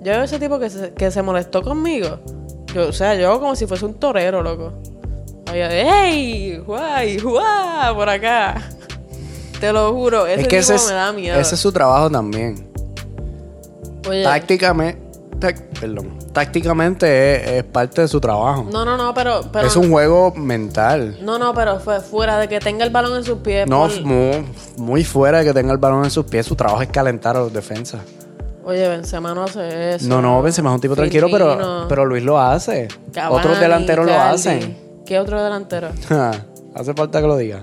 Yo ese tipo que se, que se molestó conmigo. Yo, o sea, yo como si fuese un torero, loco. Oye, ¡hey! ¡Guay! ¡Guau! Por acá. [LAUGHS] Te lo juro, ese es tipo que ese es, me da miedo. ese es su trabajo también. Oye, Tácticamente, tac- perdón, tácticamente es, es parte de su trabajo. no, no, no, pero. pero es un juego mental. No, no, pero fue fuera de que tenga el balón en sus pies. No, pon- muy, muy fuera de que tenga el balón en sus pies, su trabajo es calentar a los defensas. Oye, Benzema no hace eso. No, no, Benzema es un tipo tranquilo, pero, Firmino. pero Luis lo hace. Cavani, Otros delanteros lo Icardi. hacen. ¿Qué otro delantero? hace falta que lo diga.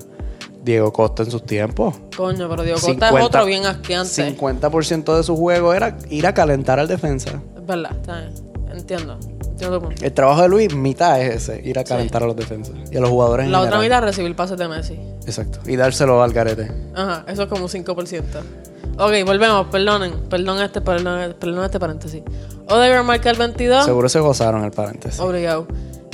Diego Costa en sus tiempos. Coño, pero Diego Costa es 50 otro bien asqueante. 50% de su juego era ir a calentar al defensa. Es verdad, está bien. Entiendo. Entiendo tu punto. El trabajo de Luis, mitad es ese, ir a calentar a los defensas y a los jugadores en La otra general. mitad recibir pases de Messi. Exacto. Y dárselo al carete. Ajá, eso es como un 5%. Ok, volvemos, perdonen. Perdón este, perdón, perdón este paréntesis. Odegaard marca el 22. Seguro se gozaron el paréntesis. Obligado.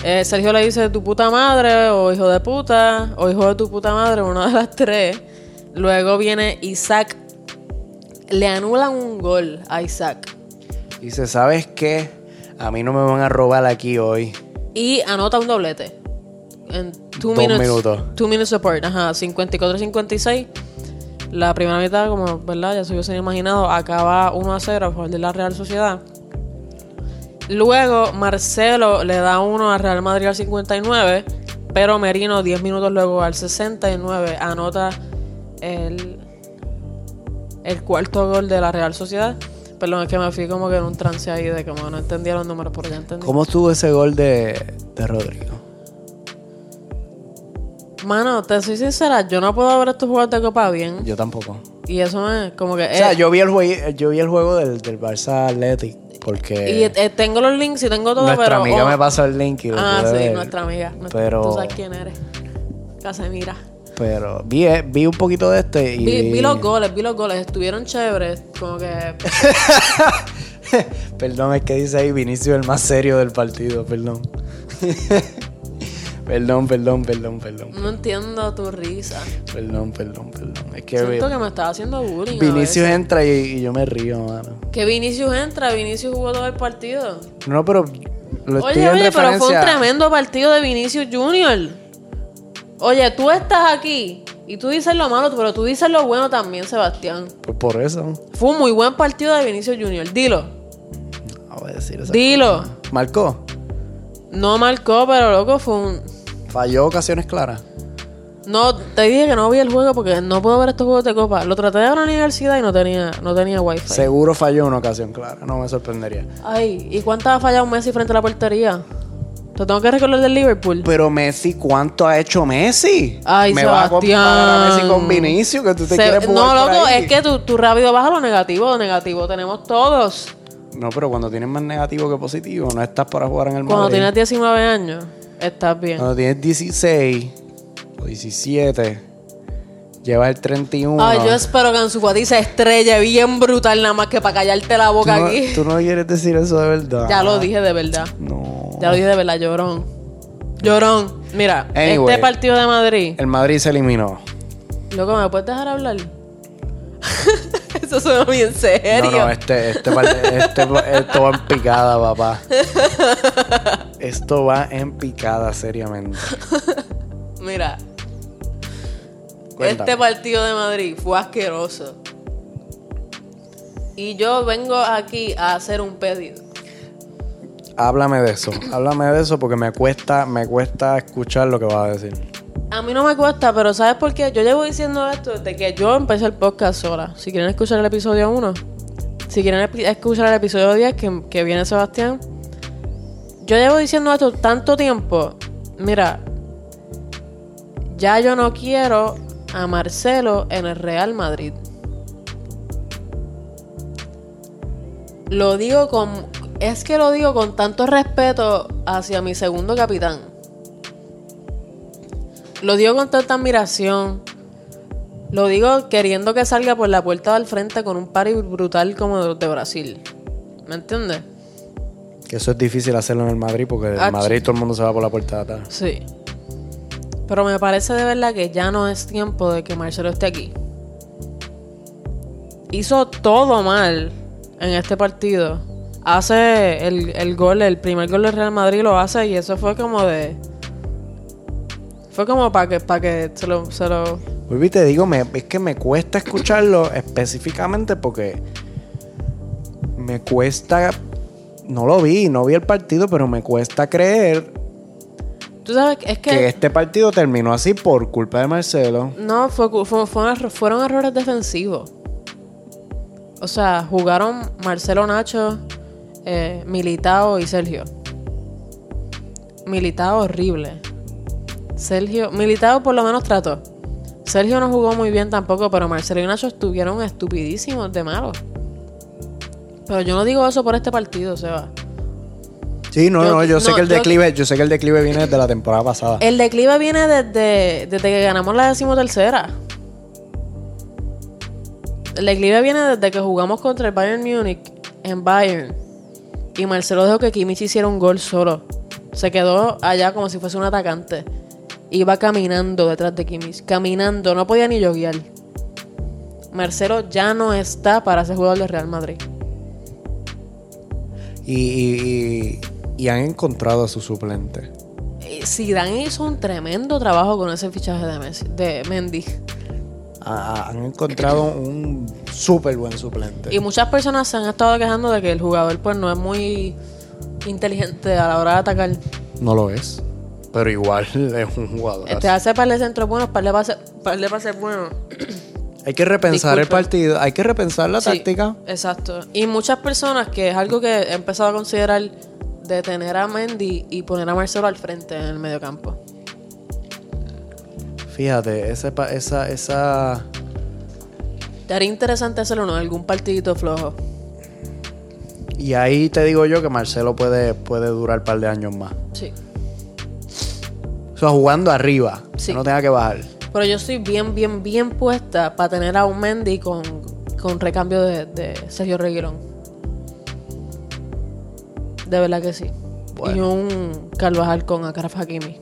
Eh, Sergio le dice tu puta madre o hijo de puta o hijo de tu puta madre, una de las tres. Luego viene Isaac. Le anulan un gol a Isaac Y Dice, ¿sabes qué? A mí no me van a robar aquí hoy. y anota un doblete. En two Dos minutes, minutos. Two minutes apart, ajá, 54-56. La primera mitad, como verdad, ya se hubiesen imaginado, acaba 1 a 0 a favor de la Real Sociedad. Luego Marcelo le da uno a Real Madrid al 59, pero Merino 10 minutos luego al 69 anota el, el cuarto gol de la Real Sociedad. Perdón, es que me fui como que en un trance ahí de como no entendía los números, pero ya entendí. ¿Cómo estuvo ese gol de, de Rodrigo? Mano, te soy sincera, yo no puedo ver estos juegos de copa bien. Yo tampoco. Y eso me, como que. O sea, eh, yo vi el, jue- yo vi el juego del, del Barça Athletic porque y eh, tengo los links y tengo todo, nuestra pero. amiga oh, me pasó el link y lo Ah, pude sí, ver. nuestra amiga. nuestra- pero- Tú sabes quién eres. Casemira. Pero vi, eh, vi un poquito de este y Vi, vi los goles, vi los goles. Estuvieron chéveres. Como que. Perdón, es que dice ahí Vinicio el más serio del partido, perdón. [LAUGHS] perdón, perdón, perdón, perdón. No entiendo tu risa. [LAUGHS] Perdón, perdón, perdón. Es que, Siento que me estaba haciendo bullying. a Vinicius entra y, y yo me río, mano. veces. Que Vinicius entra. Vinicius jugó todo el partido. No, pero lo estoy Oye, en oye, pero fue referencia- un tremendo partido de Vinicius Junior. Oye, tú estás aquí y tú dices lo malo, pero tú dices lo bueno también, Sebastián. Pues por eso. Fue un muy buen partido de Vinicius Junior. Dilo, No voy a decir eso. dilo. Marcó. No marcó, pero loco fue un... Falló ocasiones claras. No, te dije que no vi el juego porque no puedo ver estos juegos de copa. Lo traté de la universidad y no tenía, no tenía wifi. Seguro falló una ocasión clara. No me sorprendería. Ay, ¿y cuántas ha fallado Messi frente a la portería? Te tengo que recordar del Liverpool. Pero Messi, ¿cuánto ha hecho Messi? Ay, me vas a comparar a Messi Sebastián. con Vinicius, que tú te Se- quieres No, jugar por loco, ahí. es que tú, tú rápido bajas lo negativo, lo negativo tenemos todos. No, pero cuando tienes más negativo que positivo, no estás para jugar en el Cuando Madrid. tienes 19 Ah, años, estás bien. Cuando tienes 16 o 17, Lleva el 31. Ay, yo espero que Anzuati se estrelle bien brutal nada más que para callarte la Tú boca no, aquí. tú no quieres decir eso de verdad. [LAUGHS] Ya lo dije de verdad. No. Ya lo dije de verdad, llorón. Llorón. Mira, Anyway. este partido de Madrid. El Madrid se eliminó. Loco, ¿me puedes dejar hablar? [LAUGHS] Eso suena bien serio. No, no, este, este, par- este- esto va en picada, papá. Esto va en picada, seriamente. Mira, Cuéntame. este partido de Madrid fue asqueroso. Y yo vengo aquí a hacer un pedido. Háblame de eso. Háblame de eso porque me cuesta, me cuesta escuchar lo que vas a decir. A mí no me cuesta, pero ¿sabes por qué? Yo llevo diciendo esto desde que yo empecé el podcast sola. Si quieren escuchar el episodio 1, si quieren epi- escuchar el episodio 10 que, que viene Sebastián, yo llevo diciendo esto tanto tiempo. Mira, ya yo no quiero a Marcelo en el Real Madrid. Lo digo con... Es que lo digo con tanto respeto hacia mi segundo capitán lo digo con tanta admiración. Lo digo queriendo que salga por la puerta del frente con un party brutal como de, de Brasil. ¿Me entiendes? Que eso es difícil hacerlo en el Madrid porque en Ah, el Madrid todo el mundo se va por la puerta de atrás. Sí. Pero me parece de verdad que ya no es tiempo de que Marcelo esté aquí. Hizo todo mal en este partido. Hace el, el gol, el primer gol del Real Madrid lo hace y eso fue como de... Fue como para que, para que se lo- se lo Volví te digo, me- es que me cuesta escucharlo específicamente porque me cuesta. No lo vi, no vi el partido, pero me cuesta creer Tú sabes, es que... que este partido terminó así por culpa de Marcelo. No, fue, cu- fue- fue un erro- fueron errores defensivos. O sea, jugaron Marcelo Nacho, eh, Militao y Sergio. Militao horrible. Sergio, Militao por lo menos trató. Sergio no jugó muy bien tampoco, pero Marcelo y Nacho estuvieron estupidísimos de malos. Pero yo no digo eso por este partido, Seba. Sí, no, Yo- no, yo sé no, que el yo- declive, yo sé que el declive viene desde la temporada pasada. El declive viene desde, desde que ganamos la decimotercera. El declive viene desde que jugamos contra el Bayern Múnich en Bayern. Y Marcelo dejó que Kimmich hiciera un gol solo. Se quedó allá como si fuese un atacante. Iba caminando detrás de Kimmich. Caminando, no podía ni joguear. Marcelo ya no está para ser jugador del Real Madrid. Y, y- y- y han encontrado a su suplente. Eh, Zidane hizo un tremendo trabajo con ese fichaje de, Messi, de Mendy. Ah, han encontrado un súper buen suplente. Y muchas personas se han estado quejando de que el jugador pues no es muy inteligente a la hora de atacar. No lo es. Pero igual [LAUGHS] es un jugador. Te Este, hace par de centros buenos, par de pases, par de pases buenos. Hay que repensar el Disculpa. partido, hay que repensar la Sí, táctica. Exacto. Y muchas personas, que es algo que he empezado a considerar de tener a Mendy y poner a Marcelo al frente en el mediocampo. Fíjate, ese pa- esa, esa, Estaría interesante hacerlo en algún partidito flojo. Y ahí te digo yo que Marcelo puede, puede durar un par de años más. Sí. O sea, jugando arriba. Sí. Que no tenga que bajar. Pero yo estoy bien, bien, bien puesta para tener a un Mendy con, con recambio de, de Sergio Reguilón. De verdad que sí. Y un Carvajal con Akraf Hakimi.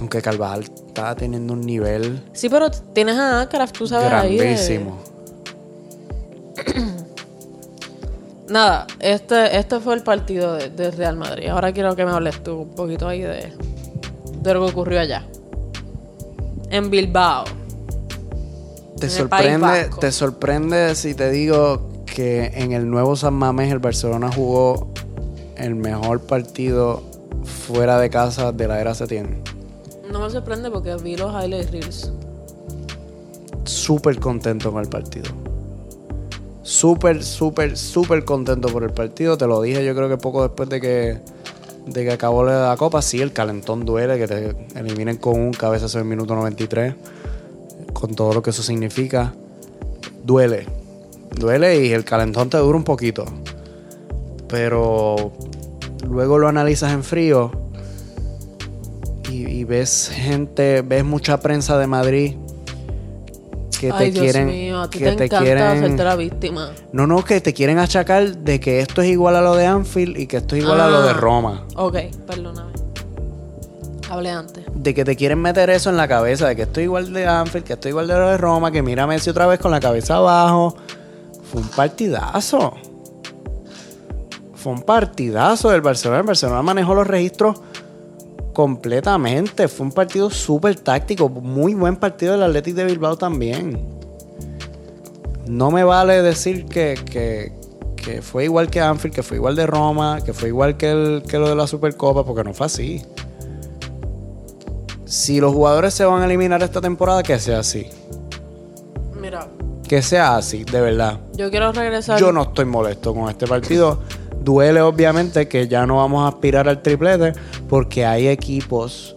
Aunque Carvajal está teniendo un nivel Sí, pero tienes a Akraf, tú sabes ahí. eh, de- grandísimo. Nada, este, este fue el partido de, de Real Madrid. Ahora quiero que me hables tú un poquito ahí de, de lo que ocurrió allá. En Bilbao. ¿Te en el País sorprende, Vasco. ¿Te sorprende si te digo que en el nuevo San Mamés el Barcelona jugó el mejor partido fuera de casa de la era Setién? No me sorprende porque vi los highlight reels. Súper contento con el partido. Súper, súper, súper contento por el partido. Te lo dije yo creo que poco después de que, de que acabó la Copa. Sí, el calentón duele, que te eliminen con un cabezazo en el minuto 93. Con todo lo que eso significa. Duele. Duele y el calentón te dura un poquito. Pero luego lo analizas en frío y, y ves gente, ves mucha prensa de Madrid que te Ay, Dios quieren. mío, a ti que te, encanta hacerte la víctima. No, no, que te quieren achacar de que esto es igual a lo de Anfield y que esto es igual a lo Ah. de Roma. Ok, perdóname. Hablé antes. De que te quieren meter eso en la cabeza, de que esto es igual de Anfield, que esto es igual de lo de Roma, que mira a Messi otra vez con la cabeza abajo. Fue un partidazo. Fue un partidazo del Barcelona. El Barcelona manejó los registros completamente. Fue un partido súper táctico. Muy buen partido del Athletic de Bilbao también. No me vale decir que, que- que fue igual que Anfield, que fue igual de Roma, que fue igual que, el- que lo de la Supercopa, porque no fue así. Si los jugadores se van a eliminar esta temporada, que sea así. Mira, Que sea así, de verdad. yo quiero regresar. Yo no estoy molesto con este partido. Duele obviamente que ya no vamos a aspirar al triplete porque hay equipos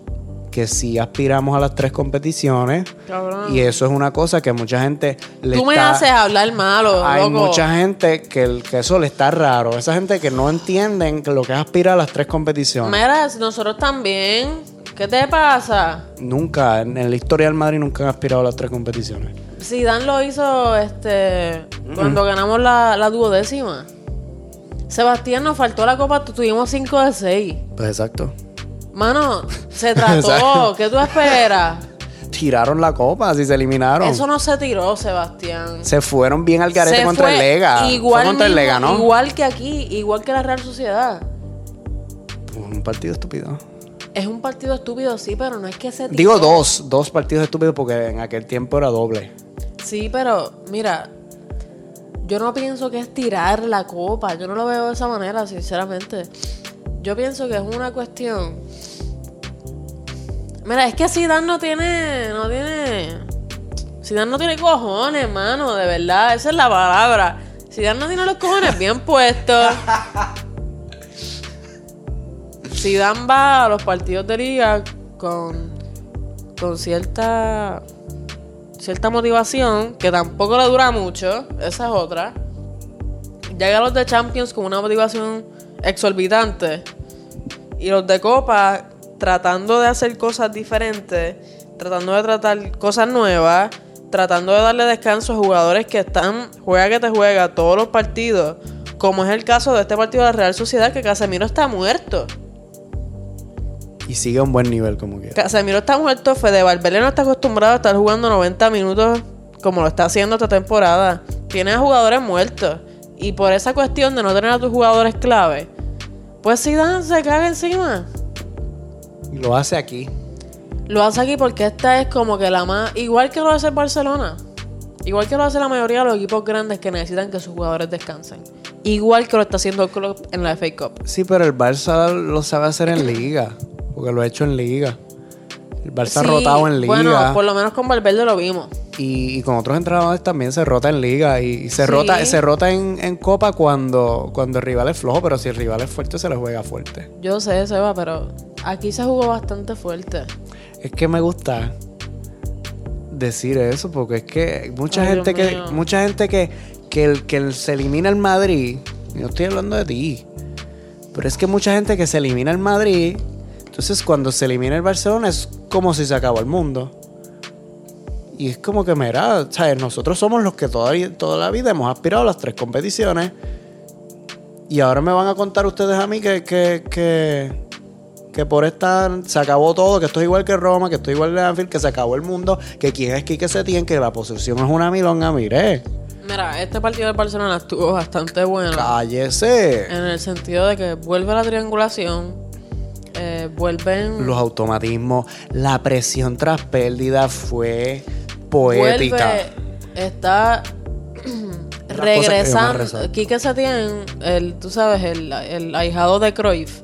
que sí aspiramos a las tres competiciones Cabrón. y eso es una cosa que mucha gente le Ah. Tú me está- haces hablar malo, hay loco. mucha gente que, el- que eso le está raro. Esa gente que no entienden que lo que es aspirar a las tres competiciones. Mira, nosotros también. ¿Qué te pasa? Nunca, en, en la historia del Madrid nunca han aspirado a las tres competiciones. Zidane lo hizo este cuando ganamos la, la duodécima. Sebastián nos faltó la copa, tu- tuvimos 5 de 6. Pues exacto. Mano, [LAUGHS] se Exacto. trató. ¿Qué tú esperas? Tiraron la copa, así se eliminaron. Eso no se tiró, Sebastián. Se fueron bien al garete Se contra el fue Lega. Igual Fue contra el mismo- Lega, ¿no? Igual que aquí, igual que la Real Sociedad. Un partido estúpido. Es un partido estúpido, sí, pero no es que se tiró. Digo dos, dos partidos estúpidos porque en aquel tiempo era doble. Sí, pero mira, yo no pienso que es tirar la copa. Yo no lo veo de esa manera, sinceramente. Yo pienso que es una cuestión. Mira, es que Zidane no tiene, no tiene, Zidane no tiene cojones, mano, de verdad, esa es la palabra. Zidane no tiene los cojones bien puestos. Zidane va a los partidos de liga con, con cierta cierta motivación que tampoco le dura mucho, esa es otra. Llega a los de Champions con una motivación exorbitante y los de Copa tratando de hacer cosas diferentes, tratando de tratar cosas nuevas, tratando de darle descanso a jugadores que están juega que te juega todos los partidos, como es el caso de este partido de la Real Sociedad que Casemiro está muerto. Y sigue a un buen nivel como quiera. Casemiro está muerto, Fede Valverde no está acostumbrado a estar jugando 90 minutos como lo está haciendo esta temporada. Tiene a jugadores muertos. Y por esa cuestión de no tener a tus jugadores clave, pues Zidane se caga encima. Y lo hace aquí. Lo hace aquí porque esta es como que la más... Igual que lo hace el Barcelona. Igual que lo hace la mayoría de los equipos grandes que necesitan que sus jugadores descansen. Igual que lo está haciendo Klopp en la FA Cup. Sí, pero el Barça lo sabe hacer en liga. Porque lo ha hecho en liga. El Barça ha Sí, rotado en liga. Bueno, por lo menos con Valverde lo vimos. y, y con otros entrenadores también se rota en liga. Y, y se Sí. rota, se rota en, en copa cuando, cuando el rival es flojo, pero si el rival es fuerte, se le juega fuerte. Yo sé, Seba, pero aquí se jugó bastante fuerte. Es que me gusta decir eso, porque es que mucha Ay, gente Dios que, mío. mucha gente que, que, el, que el- se elimina el Madrid, y no estoy hablando de ti, pero es que mucha gente que se elimina el Madrid, entonces cuando se elimina el Barcelona es como si se acabó el mundo. Y es como que, mira, ¿sabes? nosotros somos los que toda, toda la vida hemos aspirado a las tres competiciones. Y ahora me van a contar ustedes a mí que, que, que, que por esta se acabó todo, que esto es igual que Roma, que esto es igual que Anfield, que se acabó el mundo, que quién es Quique Setién, que la posición es una milonga, mire. Mira, este partido del Barcelona estuvo bastante bueno. Cállese. En el sentido de que vuelve la triangulación, eh, vuelven. Los automatismos, la presión tras pérdida fue poética. vuelve, está [CLEARS THROAT] cosa que yo más regresando. resalto. Quique Setién, el, tú sabes, el, el ahijado de Cruyff,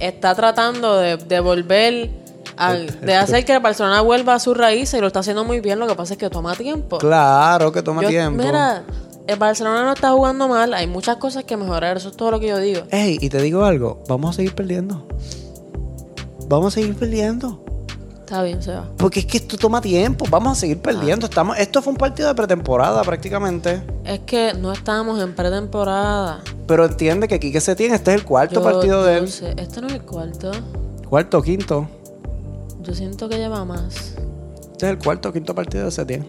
está tratando de, de volver. a- de hacer que el Barcelona vuelva a sus raíces y lo está haciendo muy bien. Lo que pasa es que toma tiempo. Claro que toma Yo- tiempo. Mira, el Barcelona no está jugando mal. Hay muchas cosas que mejorar. Eso es todo lo que yo digo. Ey, y te digo algo, vamos a seguir perdiendo. Vamos a seguir perdiendo. Está bien, Seba. Porque es que esto toma tiempo, vamos a seguir Ah. perdiendo. Estamos, esto fue un partido de pretemporada prácticamente. Es que no estábamos en pretemporada. Pero entiende que Quique Setién, este es el cuarto Yo- partido de yo él. sé. Este no es el cuarto. Cuarto, quinto. Yo siento que lleva más. Este es el cuarto, quinto partido de Setién.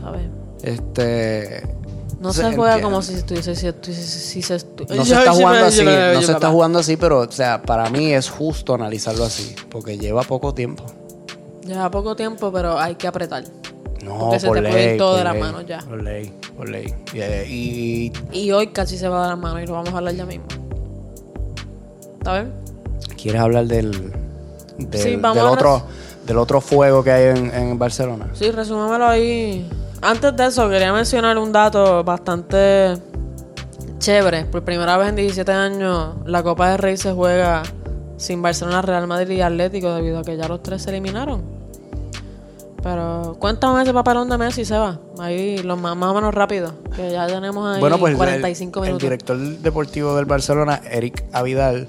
¿sabes? Este. No se juega entiende. como si estuviese... Si, estuviese- si se estu- No se Yo- está [LAUGHS] yo- jugando yo- yo- así, yo- no se yo- está jugando así, pero o sea, para mí es justo analizarlo así, porque lleva poco tiempo. Lleva poco tiempo, pero hay que apretar. No, Porque se por te ley, puede ir todo por de la ley, mano ya. Por ley, por ley. Yeah, y Y hoy casi se va de la mano y lo vamos a hablar ya mismo. ¿Está bien? ¿Quieres hablar del del, Sí, vamos del a otro del otro fuego que hay en, en Barcelona? Sí, resúmamelo ahí. Antes de eso, quería mencionar un dato bastante chévere. Por primera vez en 17 años, la Copa del Rey se juega sin Barcelona, Real Madrid y Atlético, debido a que ya los tres se eliminaron. Pero cuéntame ese papelón de Messi, Seba. Ahí, lo más, más o menos rápido. Que ya tenemos ahí Bueno, pues el- 45 el, minutos. director deportivo del Barcelona, Eric Avidal,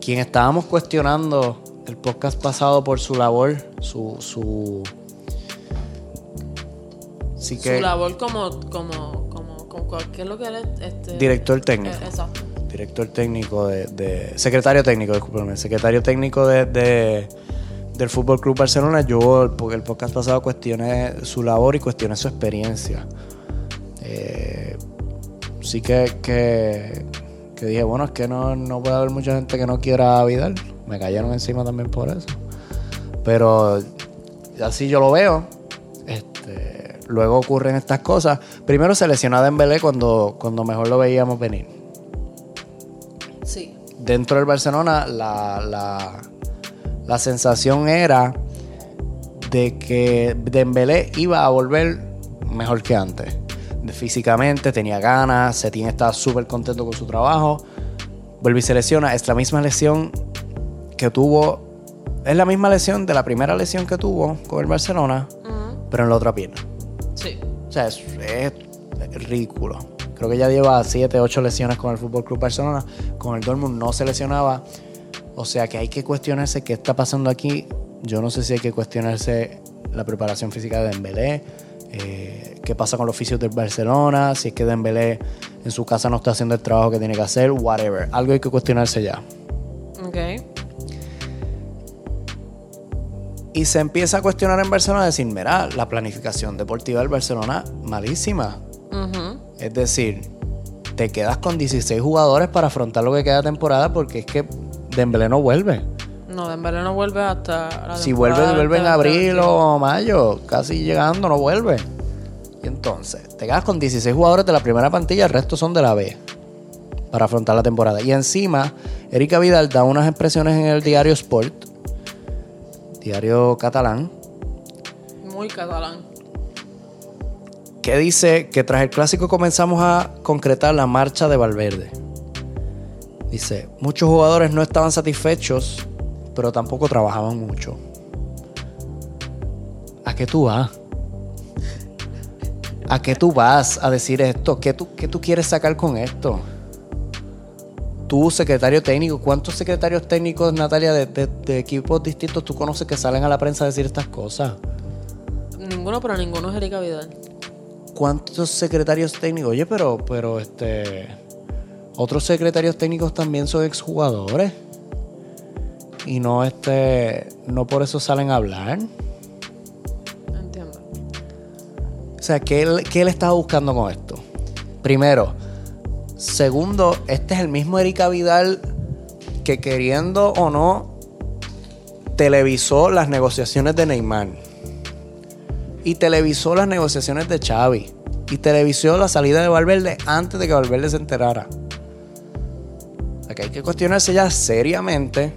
quien estábamos cuestionando el podcast pasado por su labor, su su sí que Su labor como, como, como, como cual- ¿qué es lo que eres? Este, Director técnico. eh, exacto. director técnico de, de- secretario técnico, discúlpame, secretario técnico de, de- del Fútbol Club Barcelona. Yo porque el podcast pasado cuestioné su labor y cuestioné su experiencia. Eh, sí que, que, que dije, bueno, es que no, no puede haber mucha gente que no quiera a Vidal. Me cayeron encima también por eso. Pero así yo lo veo. Este, luego ocurren estas cosas. Primero se lesiona Dembélé cuando, cuando mejor lo veíamos venir Sí. dentro del Barcelona la, la- la sensación era de que Dembélé iba a volver mejor que antes. De- Físicamente tenía ganas, Setien estaba súper contento con su trabajo. Vuelve y se lesiona. Es la misma lesión que tuvo. Es la misma lesión de la primera lesión que tuvo con el Barcelona, Ujú. pero en la otra pierna. Sí. O sea, es, es ridículo. Creo que ya lleva 7, 8 lesiones con el Fútbol Club Barcelona. Con el Dortmund no se lesionaba. O sea que hay que cuestionarse qué está pasando aquí. Yo no sé si hay que cuestionarse la preparación física de Dembélé. eh, qué pasa con los fisios del Barcelona. Si es que Dembélé en su casa no está haciendo el trabajo que tiene que hacer. Whatever. Algo hay que cuestionarse ya. Ok. Y se empieza a cuestionar en Barcelona. Decir, mira, la planificación deportiva del Barcelona malísima. Ujú. Es decir, te quedas con 16 jugadores para afrontar lo que queda de temporada porque es que Dembélé no vuelve. No, Dembélé no vuelve hasta la Si vuelve, temporada vuelve en 20, abril o mayo, casi llegando, no vuelve. Y entonces, te quedas con 16 jugadores de la primera plantilla, el resto son de la B para afrontar la temporada. Y encima, Erika Vidal da unas expresiones en el diario Sport, diario catalán, 21. Muy catalán. que dice que tras el clásico comenzamos a concretar la marcha de Valverde. Dice, muchos jugadores no estaban satisfechos, pero tampoco trabajaban mucho. ¿A qué tú vas? ¿A qué tú vas a decir esto? ¿Qué tú, qué tú quieres sacar con esto? Tú, secretario técnico, ¿cuántos secretarios técnicos, Natalia, de, de- de equipos distintos tú conoces que salen a la prensa a decir estas cosas? Ninguno, pero ninguno es Erika Vidal. ¿Cuántos secretarios técnicos? Oye, pero, pero este. Otros secretarios técnicos también son exjugadores. Y no este. No por eso salen a hablar. Entiendo. O sea, ¿qué él, qué él estaba buscando con esto? Primero. Segundo, este es el mismo Erika Vidal que queriendo o no televisó las negociaciones de Neymar. Y televisó las negociaciones de Xavi. Y televisó la salida de Valverde antes de que Valverde se enterara. O sea, que hay que cuestionarse ya seriamente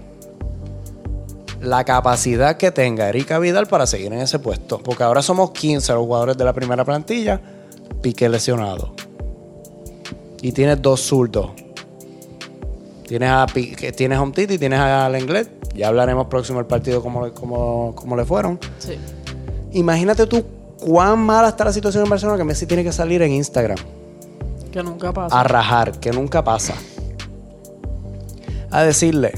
la capacidad que tenga Erika Vidal para seguir en ese puesto. Porque ahora somos 15 los jugadores de la primera plantilla, Piqué lesionado. Y tienes dos zurdos. Tienes a, Piqué- tienes a Umtiti, tienes a Lenglet. Ya hablaremos próximo el partido cómo, le- cómo- cómo le fueron. Sí. Imagínate tú cuán mala está la situación en Barcelona que Messi tiene que salir en Instagram Que nunca pasa. a rajar, que nunca pasa. A decirle.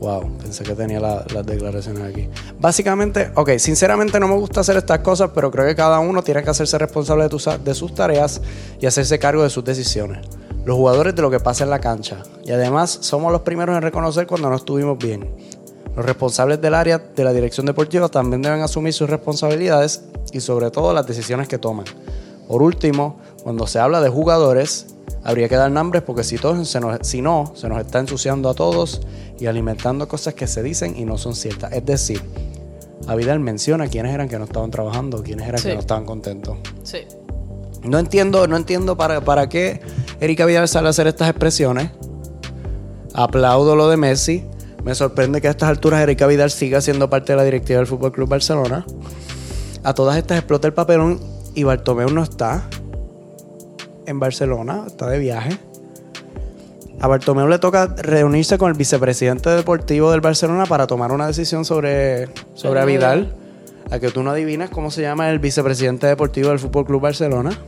Wow, pensé que tenía la- las declaraciones aquí. Básicamente, ok, sinceramente no me gusta hacer estas cosas, pero creo que cada uno tiene que hacerse responsable de, tus- de sus tareas y hacerse cargo de sus decisiones. Los jugadores de lo que pasa en la cancha. Y además somos los primeros en reconocer cuando no estuvimos bien. Los responsables del área de la dirección deportiva también deben asumir sus responsabilidades y sobre todo las decisiones que toman. Por último, cuando se habla de jugadores, habría que dar nombres porque si, todos se nos- si no, se nos está ensuciando a todos y alimentando cosas que se dicen y no son ciertas. Es decir, Avidal menciona quiénes eran que no estaban trabajando, quiénes eran Sí. que no estaban contentos. Sí. No entiendo, no entiendo para, para qué Erika Vidal sale a hacer estas expresiones. Aplaudo lo de Messi. Me sorprende que a estas alturas Erika Vidal siga siendo parte de la directiva del Fútbol Club Barcelona. A todas estas explota el papelón y Bartomeu no está en Barcelona, está de viaje. A Bartomeu le toca reunirse con el vicepresidente deportivo del Barcelona para tomar una decisión sobre, sobre Sobre Vidal. A que tú no adivinas cómo se llama el vicepresidente deportivo del Fútbol Club Barcelona.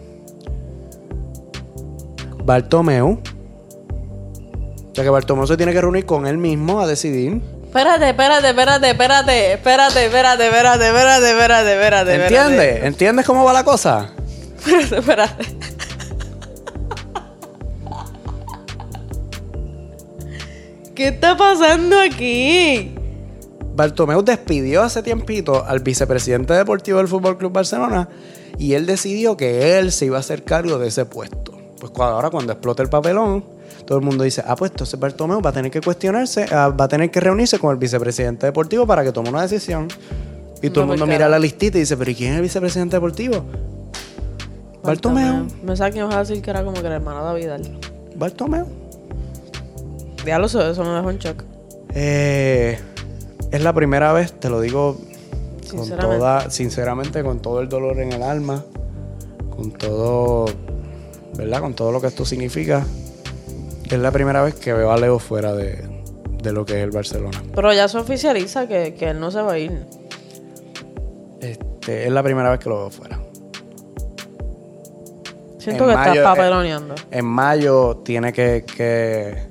Bartomeu. O sea que Bartomeu se tiene que reunir con él mismo a decidir. Espérate, espérate, espérate, espérate, espérate, espérate, espérate, espérate, espérate, espérate. ¿Entiendes? ¿Entiendes cómo va la cosa? Espérate, espérate. ¿Qué está pasando aquí? Bartomeu despidió hace tiempito al vicepresidente deportivo del Fútbol Club Barcelona y él decidió que él se iba a hacer cargo de ese puesto. Pues cu- ahora cuando explota el papelón, todo el mundo dice, ah, pues entonces Bartomeu va a tener que cuestionarse, ah, va a tener que reunirse con el vicepresidente deportivo para que tome una decisión. Y todo No, el mundo porque- mira la listita y dice, pero ¿y quién es el vicepresidente deportivo? Bartomeu. Me saqué que me vas a decir que era como que la hermana de Vidal. Bartomeu. Diablo, eso, eso me dejó en shock. Eh, es la primera vez, te lo digo con Sinceramente. toda, sinceramente, con todo el dolor en el alma, con todo, ¿verdad? Con todo lo que esto significa. que Es la primera vez que veo a Leo fuera de, de lo que es el Barcelona. Pero ya se oficializa que, que él no se va a ir. Este, es la primera vez que lo veo fuera. Siento En que mayo, eh, estás papeloneando. En mayo tiene que, que,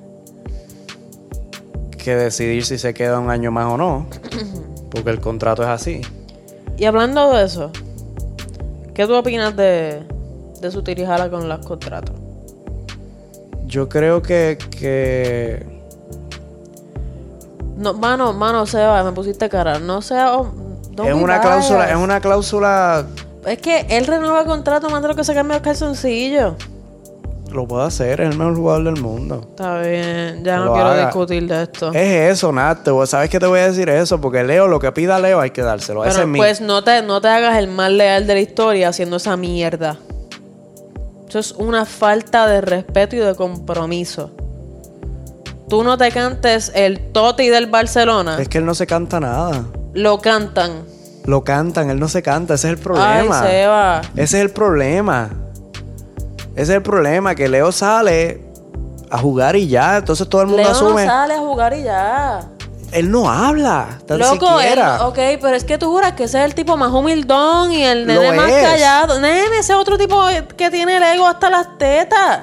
que decidir si se queda un año más o no, porque el contrato es así. Y hablando de eso, ¿qué tú opinas de, de su tirijala con los contratos? Yo creo que, que No, mano, mano, Seba, me pusiste cara. No sea. oh, don't es be una cláusula, biased. es una cláusula, Es que él renueva contrato, más de lo que se cambia el calzoncillo. lo puede hacer, es el mejor jugador del mundo. Está bien, ya Que no lo quiero haga. discutir de esto. Es eso, Nat. te voy- ¿Sabes qué te voy a decir? Eso, porque Leo, lo que pida Leo, hay que dárselo. Ese es Pero mi. pues no te, no te hagas el más leal de la historia haciendo esa mierda. Eso es una falta de respeto y de compromiso. Tú no te cantes el Toti del Barcelona. Es que él no se canta nada. Lo cantan. Lo cantan, él no se canta. Ese es el Ay, problema. Seba. Ese es el problema. Ese es el problema, que Leo sale a jugar y ya. Entonces todo el mundo Leo asume. no sale a jugar y ya. él no habla, tan Loco, él- siquiera. ok, pero es que tú juras que ese es el tipo más humildón y el Lo nene más es. callado. Nene, ese es otro tipo que tiene el ego hasta las tetas.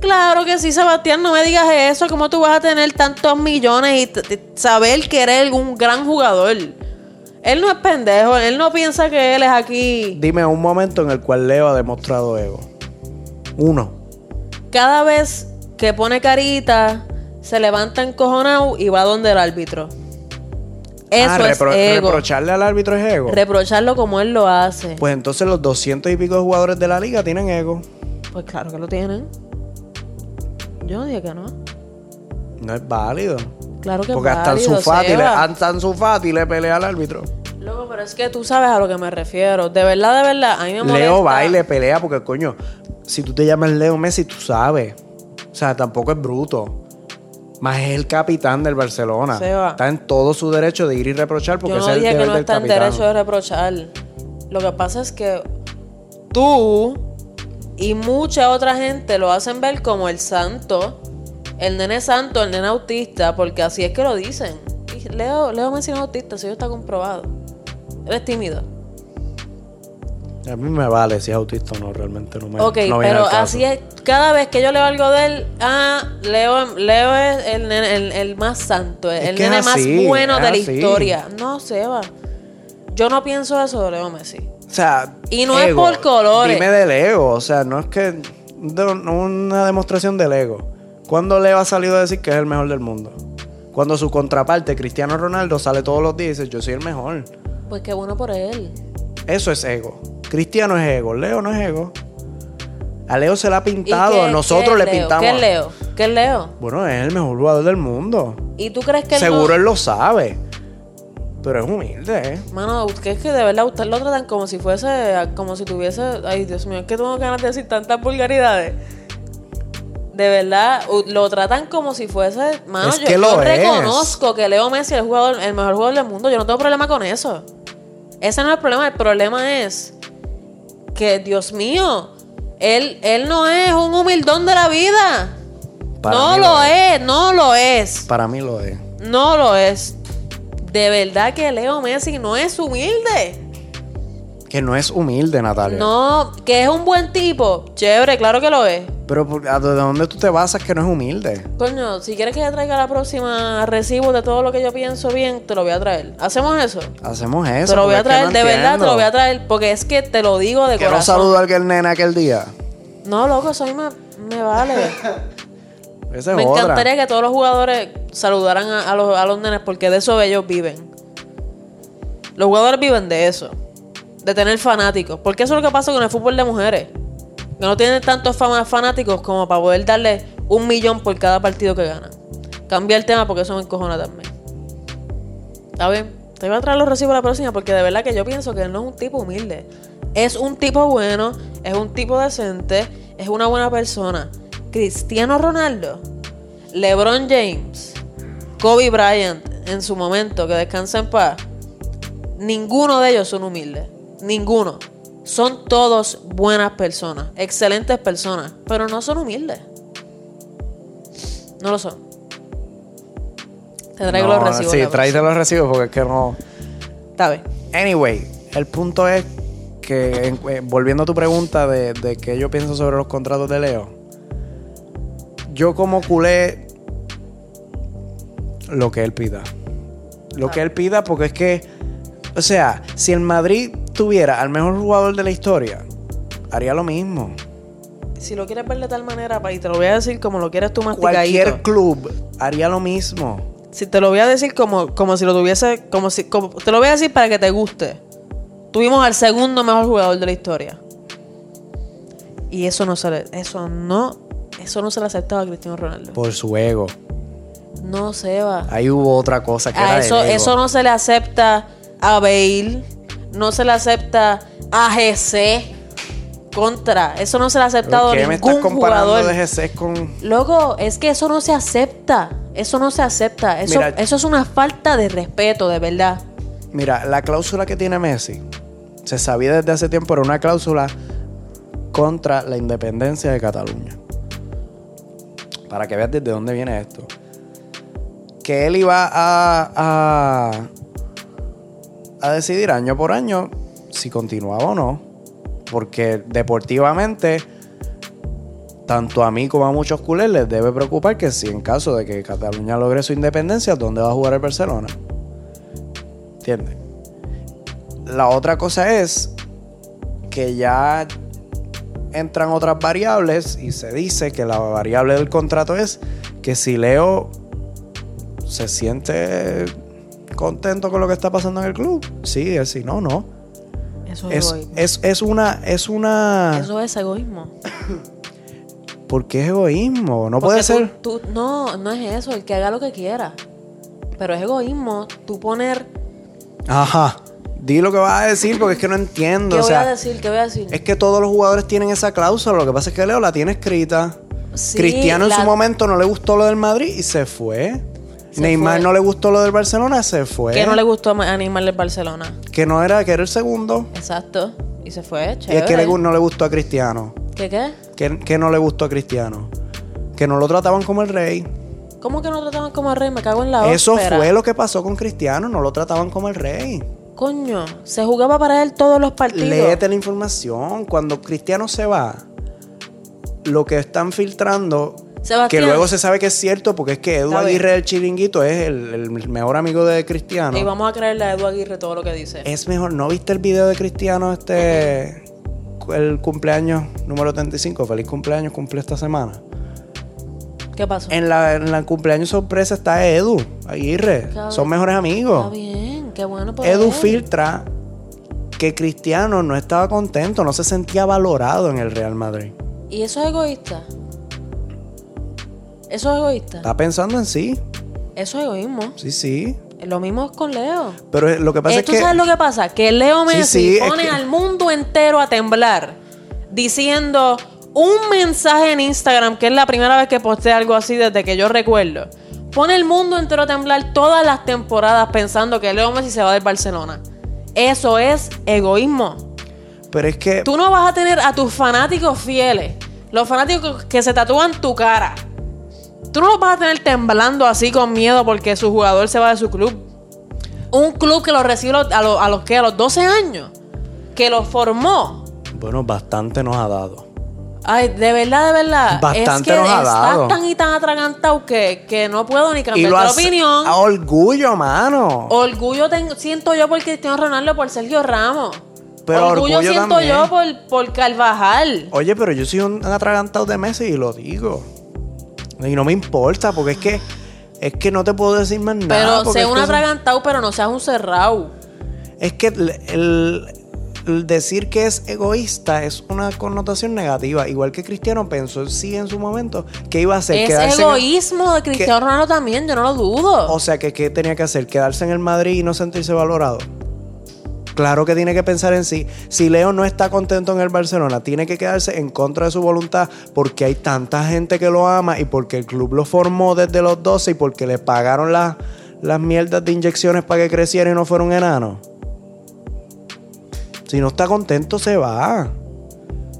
Claro que sí, Sebastián, no me digas eso. ¿Cómo tú vas a tener tantos millones y t- t- saber que eres un gran jugador? Él no es pendejo, él no piensa que él es aquí. Dime un momento en el cual Leo ha demostrado ego. Uno. Cada vez que pone carita, se levanta encojonado y va donde el árbitro. Eso Ah, es repro- ego. reprocharle al árbitro es ego. Reprocharlo como él lo hace. pues entonces los 200 y pico de jugadores de la liga tienen ego. Pues claro que lo tienen. Yo no dije que no. No es válido. Claro que Porque es hasta en válido, su fátil, Seba. hasta en su fátil le pelea al árbitro. Loco, pero es que tú sabes a lo que me refiero. De verdad, de verdad, a mí me molesta. Leo va y le pelea porque, coño, si tú te llamas Leo Messi, tú sabes. O sea, tampoco es bruto. Más es el capitán del Barcelona. Seba. Está en todo su derecho de ir y reprochar porque Yo no ese es el dije que deber no del está en capitán. derecho de reprochar. Lo que pasa es que tú y mucha otra gente lo hacen ver como el santo, el nene santo, el nene autista, porque así es que lo dicen. Y Leo, Leo Messi no es autista, eso ya está comprobado. Él es tímido. A mí me vale si es autista o no, realmente no me Ok, no viene pero al caso. así es. Cada vez que yo leo algo de él, ah, Leo, Leo es el, nene- el- el más santo, el, Es el que es nene así, más bueno es de la así. historia. No, Seba. Yo no pienso eso de Leo Messi. O sea, Y no es por colores. Dime del ego, o sea, no es que de- no una demostración del ego. ¿Cuándo Leo ha salido a decir que es el mejor del mundo? Cuando su contraparte, Cristiano Ronaldo, sale todos los días y dice, yo soy el mejor. Pues qué bueno por él. Eso es ego. Cristiano es ego. Leo no es ego. A Leo se le ha pintado. qué- Nosotros qué le Leo? pintamos. ¿Qué es Leo? ¿Qué es Leo? Bueno, es el mejor jugador del mundo. ¿Y tú crees que él Seguro no- él lo sabe. Pero es humilde, ¿eh? Mano, usted es que de verdad usted lo tratan como si fuese, como si tuviese, ay Dios mío, es que tengo ganas de decir tantas vulgaridades. De verdad, u- lo tratan como si fuese, mano, Es yo, que yo lo es. reconozco que Leo Messi es el jugador, el mejor jugador del mundo, yo no tengo problema con eso. Ese no es el problema, el problema es que, Dios mío, él, él no es un humildón de la vida. Para no mí lo lo es, no lo es. Para mí lo es. No lo es. De verdad que Leo Messi no es humilde. Que no es humilde, Natalia. No, que es un buen tipo. Chévere, claro que lo es. Pero ¿por- ¿a- ¿de dónde tú te basas que no es humilde? Coño, si quieres que te traiga la próxima recibo de todo lo que yo pienso bien, te lo voy a traer. ¿Hacemos eso? Hacemos eso. te lo voy porque a traer, es que no de verdad te lo voy a entiendo. traer, porque es que te lo digo de Que no corazón. saludó a aquel nene aquel día. No, loco, eso a mí me, me vale. [LAUGHS] Esa es me otra. encantaría que todos los jugadores saludaran a, a los, a los nenes, porque de eso ellos viven. Los jugadores viven de eso, de tener fanáticos. Porque eso es lo que pasa con el fútbol de mujeres. Que no tienen tantos fama- fanáticos como para poder darle un millón por cada partido que ganan. Cambia el tema porque eso me encojona también. ¿Está bien? Te voy a traer los recibos la próxima porque de verdad que yo pienso que él no es un tipo humilde. Es un tipo bueno, es un tipo decente, es una buena persona. Cristiano Ronaldo, LeBron James, Kobe Bryant en su momento, que descansa en paz. Ninguno de ellos son humildes. Ninguno. Son todos buenas personas, excelentes personas, pero no son humildes. No lo son. Te traigo No, los recibos. Sí, la tráete los recibos porque es que no. Está bien. Anyway, el punto es que, en- eh, volviendo a tu pregunta de, de qué yo pienso sobre los contratos de Leo, yo como culé lo que él pida. Lo Ah. que él pida, porque es que, o sea, si el Madrid tuviera al mejor jugador de la historia, haría lo mismo. Si lo quieres ver de tal manera, pa, y te lo voy a decir como lo quieres tú masticadito. Cualquier club haría lo mismo. Si te lo voy a decir como, como si lo tuviese, como si, como- te lo voy a decir para que te guste. Tuvimos al segundo mejor jugador de la historia. Y eso no se le, eso no, eso no se le aceptaba a Cristiano Ronaldo. Por su ego. No se va. Ahí hubo otra cosa que A Ah, era del Ah, eso, ego. eso no se le acepta a Bale, no se le acepta a GC. Contra, eso no se le ha ¿Pero aceptado a ¿Qué ningún me estás comparando jugador. de GC con...? Loco, es que eso no se acepta. Eso no se acepta. Eso, Mira- eso es una falta de respeto, de verdad. Mira, la cláusula que tiene Messi se sabía desde hace tiempo, era una cláusula contra la independencia de Cataluña. Para que veas desde dónde viene esto. Que él iba a, a, a decidir año por año si continuaba o no. Porque deportivamente, tanto a mí como a muchos culés les debe preocupar que si en caso de que Cataluña logre su independencia, ¿dónde va a jugar el Barcelona? ¿Entiendes? La otra cosa es que ya entran otras variables y se dice que la variable del contrato es que si Leo se siente contento con lo que está pasando en el club, sí, es- si no, no. Eso es, Es, egoísmo. es, es una... Es una Eso es egoísmo. porque es egoísmo? No Porque puede tú- ser... tú- no, no es eso. El que haga lo que quiera. Pero es egoísmo tú poner. Ajá. Di lo que vas a decir porque es que no [LAUGHS] entiendo. ¿Qué o voy sea, a decir? ¿Qué voy a decir? Es que todos los jugadores tienen esa cláusula. Lo que pasa es que Leo la tiene escrita. Sí, Cristiano en la- su momento no le gustó lo del Madrid y se fue. Se Neymar fue. no le gustó lo del Barcelona, se fue. Que no le gustó ma- animarle el Barcelona. Que no era, que era el segundo. Exacto. Y se fue, Y es que le chévere. gu- no le gustó a Cristiano. ¿Qué qué? Que, que no le gustó a Cristiano. Que no lo trataban como el rey. ¿Cómo que no trataban como rey? Me cago en la Eso ópera. fue lo que pasó con Cristiano, no lo trataban como el rey. Coño, se jugaba para él todos los partidos. Léete la información. Cuando Cristiano se va, lo que están filtrando, Sebastián. que luego se sabe que es cierto, porque es que Edu Está bien. Aguirre del Chiringuito es el, el mejor amigo de Cristiano. Y vamos a creerle a Edu Aguirre todo lo que dice. Es mejor, ¿no viste el video de Cristiano este el cumpleaños número 35? Feliz cumpleaños, cumple esta semana. ¿Qué pasó? En la, en la cumpleaños sorpresa está Edu Aguirre. Cabrón. Son mejores amigos. Está bien, Pues, qué bueno por Edu él. filtra porque Cristiano no estaba contento, no se sentía valorado en el Real Madrid. ¿Y eso es egoísta? Eso es egoísta. Está pensando en sí. Eso es egoísmo. Sí, sí. Lo mismo es con Leo. Pero eh, lo que pasa Eh, es ¿Tú que. sabes lo que pasa? Que Leo Sí, Messi sí, es pone que- al mundo entero a temblar diciendo un mensaje en Instagram, que es la primera vez que posté algo así desde que yo recuerdo. Pone el mundo entero a temblar todas las temporadas pensando que Leo Messi se va del Barcelona. Eso es egoísmo. Pero es que. Tú no vas a tener a tus fanáticos fieles, los fanáticos que se tatúan tu cara. Tú no los vas a tener temblando así con miedo porque su jugador se va de su club. Un club que lo recibe a los, a los que a los 12 años, que lo formó. Bueno, bastante nos ha dado. Ay, de verdad, de verdad. Bastante es que nos ha dado. estás tan y tan atragantado que, que no puedo ni Y cambiar lo de hace- opinión. A orgullo, mano. Orgullo tengo- siento yo por Cristiano Ronaldo, por Sergio Ramos. Pero orgullo, orgullo siento también. yo por, por Carvajal. Oye, pero yo soy un atragantado de Messi y lo digo. Y no me importa, porque es que. Es que no te puedo decir más nada. Pero porque sé es un que son- atragantado, pero no seas un cerrado. Es que el, el- el decir que es egoísta es una connotación negativa. Igual que Cristiano pensó sí en su momento que iba a hacer Es quedarse en el- egoísmo de Cristiano Ronaldo también, yo no lo dudo. o sea, que qué tenía que hacer, quedarse en el Madrid y no sentirse valorado. Claro que tiene que pensar en sí. Si Leo no está contento en el Barcelona, tiene que quedarse en contra de su voluntad porque hay tanta gente que lo ama y porque el club lo formó desde los 12 y porque le pagaron las- las mierdas de inyecciones para que creciera y no fuera un enano. Si no está contento, se va.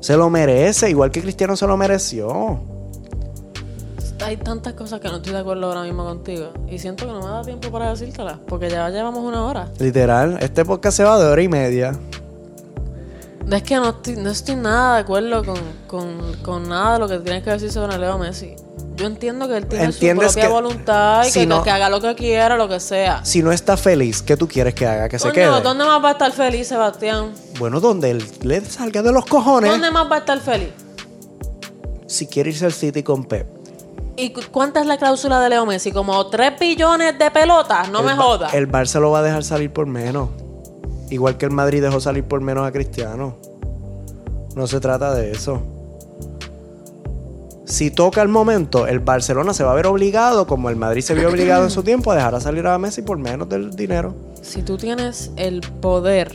Se lo merece, igual que Cristiano se lo mereció. Hay tantas cosas que no estoy de acuerdo ahora mismo contigo. Y siento que no me da tiempo para decírtelas, porque ya llevamos una hora. Literal, este podcast se va de hora y media. Es que no estoy, no estoy nada de acuerdo con, con- con nada de lo que tienes que decir sobre Leo Messi. Yo entiendo que él tiene Entiendes su propia que- voluntad y si que, no- que haga lo que quiera, lo que sea. si no está feliz, ¿qué tú quieres que haga? Que se Coño, quede. ¿dónde más va a estar feliz, Sebastián? Bueno, donde él le salga de los cojones. ¿Dónde más va a estar feliz? Si quiere irse al City con Pep. ¿Y cu- cuánta es la cláusula de Leo Messi? Como 3 billones de pelotas, no El me Ba- jodas. El Barça lo va a dejar salir por menos. Igual que el Madrid dejó salir por menos a Cristiano. No se trata de eso. Si toca el momento, el Barcelona se va a ver obligado, como el Madrid se vio obligado en su tiempo, a dejar a salir a Messi por menos del dinero. Si tú tienes el poder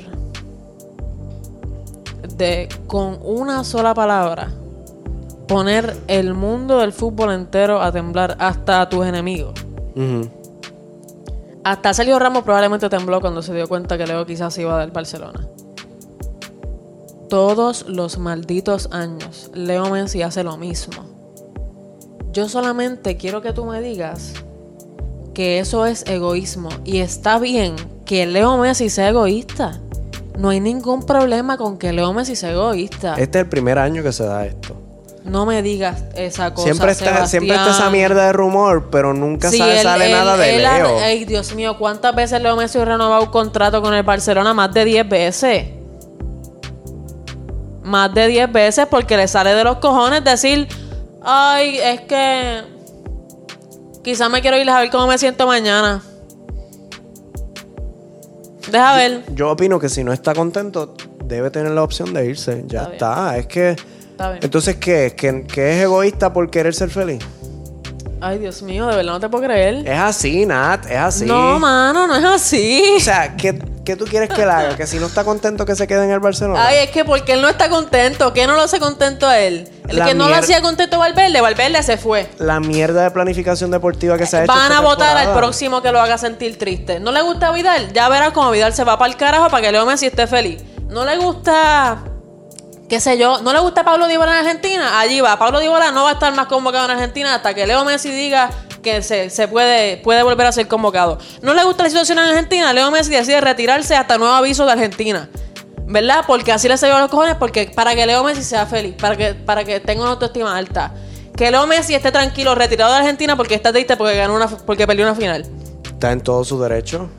de con una sola palabra poner el mundo del fútbol entero a temblar hasta a tus enemigos. Ujú. Hasta Sergio Ramos probablemente tembló cuando se dio cuenta que Leo quizás se iba del Barcelona. Todos los malditos años, Leo Messi hace lo mismo. Yo solamente quiero que tú me digas que eso es egoísmo y está bien que Leo Messi sea egoísta. No hay ningún problema con que Leo Messi sea egoísta. Este es el primer año que se da esto. No me digas esa cosa. siempre, está, siempre está esa Sebastián. mierda de rumor, pero nunca Sí, sale, él- sale él- nada de él ha- Leo. Ay, Dios mío, ¿cuántas veces Leo Messi ha renovado un contrato con el Barcelona? Más de 10 veces. Más de 10 veces porque le sale de los cojones decir, ay, es que quizás me quiero ir a ver cómo me siento mañana. Deja ver. Yo opino que si no está contento, debe tener la opción de irse. Ya Está bien. está. Es que. Está bien. Entonces, ¿qué? ¿Que, que es egoísta por querer ser feliz? Eh, Ay, Dios mío, de verdad no te puedo creer. Es así, Nat, es así. No, mano, no es así. O sea, ¿qué, qué tú quieres que le haga? Que si no está contento, que se quede en el Barcelona. Ay, es que porque él no está contento. ¿Qué no lo hace contento a él? El La que no lo mier- hacía contento Valverde, Valverde se fue. La mierda de planificación deportiva que se ha hecho. Van esta a votar al temporada. próximo que lo haga sentir triste. ¿No le gusta Vidal? Ya verás cómo Vidal se va para el carajo para que Leo Messi esté feliz. ¿No le gusta, qué sé yo, no le gusta Pablo Dybala en Argentina? Allí va. Pablo Dybala no va a estar más convocado en Argentina hasta que Leo Messi diga que se, se puede, puede volver a ser convocado. ¿No le gusta la situación en Argentina? Leo Messi decide retirarse hasta nuevo aviso de Argentina. ¿Verdad? Porque así le salió a los cojones, porque para que Leo Messi sea feliz, para que, para que tenga una autoestima alta. Que Leo Messi esté tranquilo, retirado de Argentina porque está triste porque ganó una, porque perdió una final. Está en todo su derecho.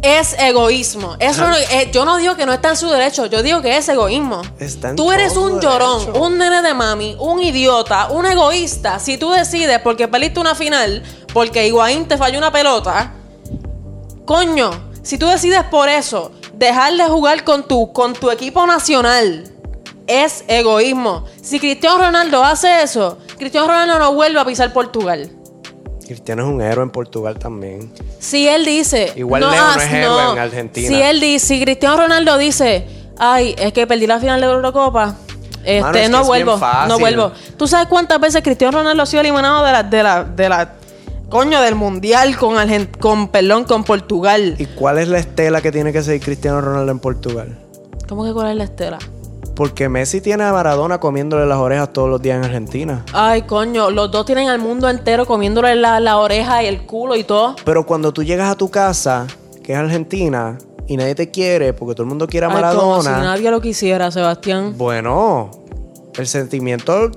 Es egoísmo. Eso no- eh, yo no digo que no está en su derecho, yo digo que es egoísmo. Está en tú eres todo un su llorón, derecho. un nene de mami, un idiota, un egoísta. Si tú decides porque perdiste una final, porque Higuaín te falló una pelota, coño, si tú decides por eso dejar de jugar con tu, con tu equipo nacional es egoísmo. Si Cristiano Ronaldo hace eso, Cristiano Ronaldo no vuelve a pisar Portugal. Cristiano es un héroe en Portugal también. Si él dice. ah, Igual Leo no es héroe en Argentina. Si él dice, si Cristiano Ronaldo dice, ay, es que perdí la final de la Eurocopa. Este, Mano, es que no es bien vuelvo, fácil. no vuelvo. ¿Tú sabes cuántas veces Cristiano Ronaldo ha sido eliminado de la, de la, de la coño del mundial con Argen- con perdón, con Portugal? ¿Y cuál es la estela que tiene que seguir Cristiano Ronaldo en Portugal? ¿Cómo que cuál es la estela? Porque Messi tiene a Maradona comiéndole las orejas todos los días en Argentina. Ay, coño, los dos tienen al mundo entero comiéndole la, la oreja y el culo y todo. Pero cuando tú llegas a tu casa, que es Argentina, y nadie te quiere porque todo el mundo quiere a Ay, como si Maradona. nadie lo quisiera, Sebastián. Bueno, el sentimiento,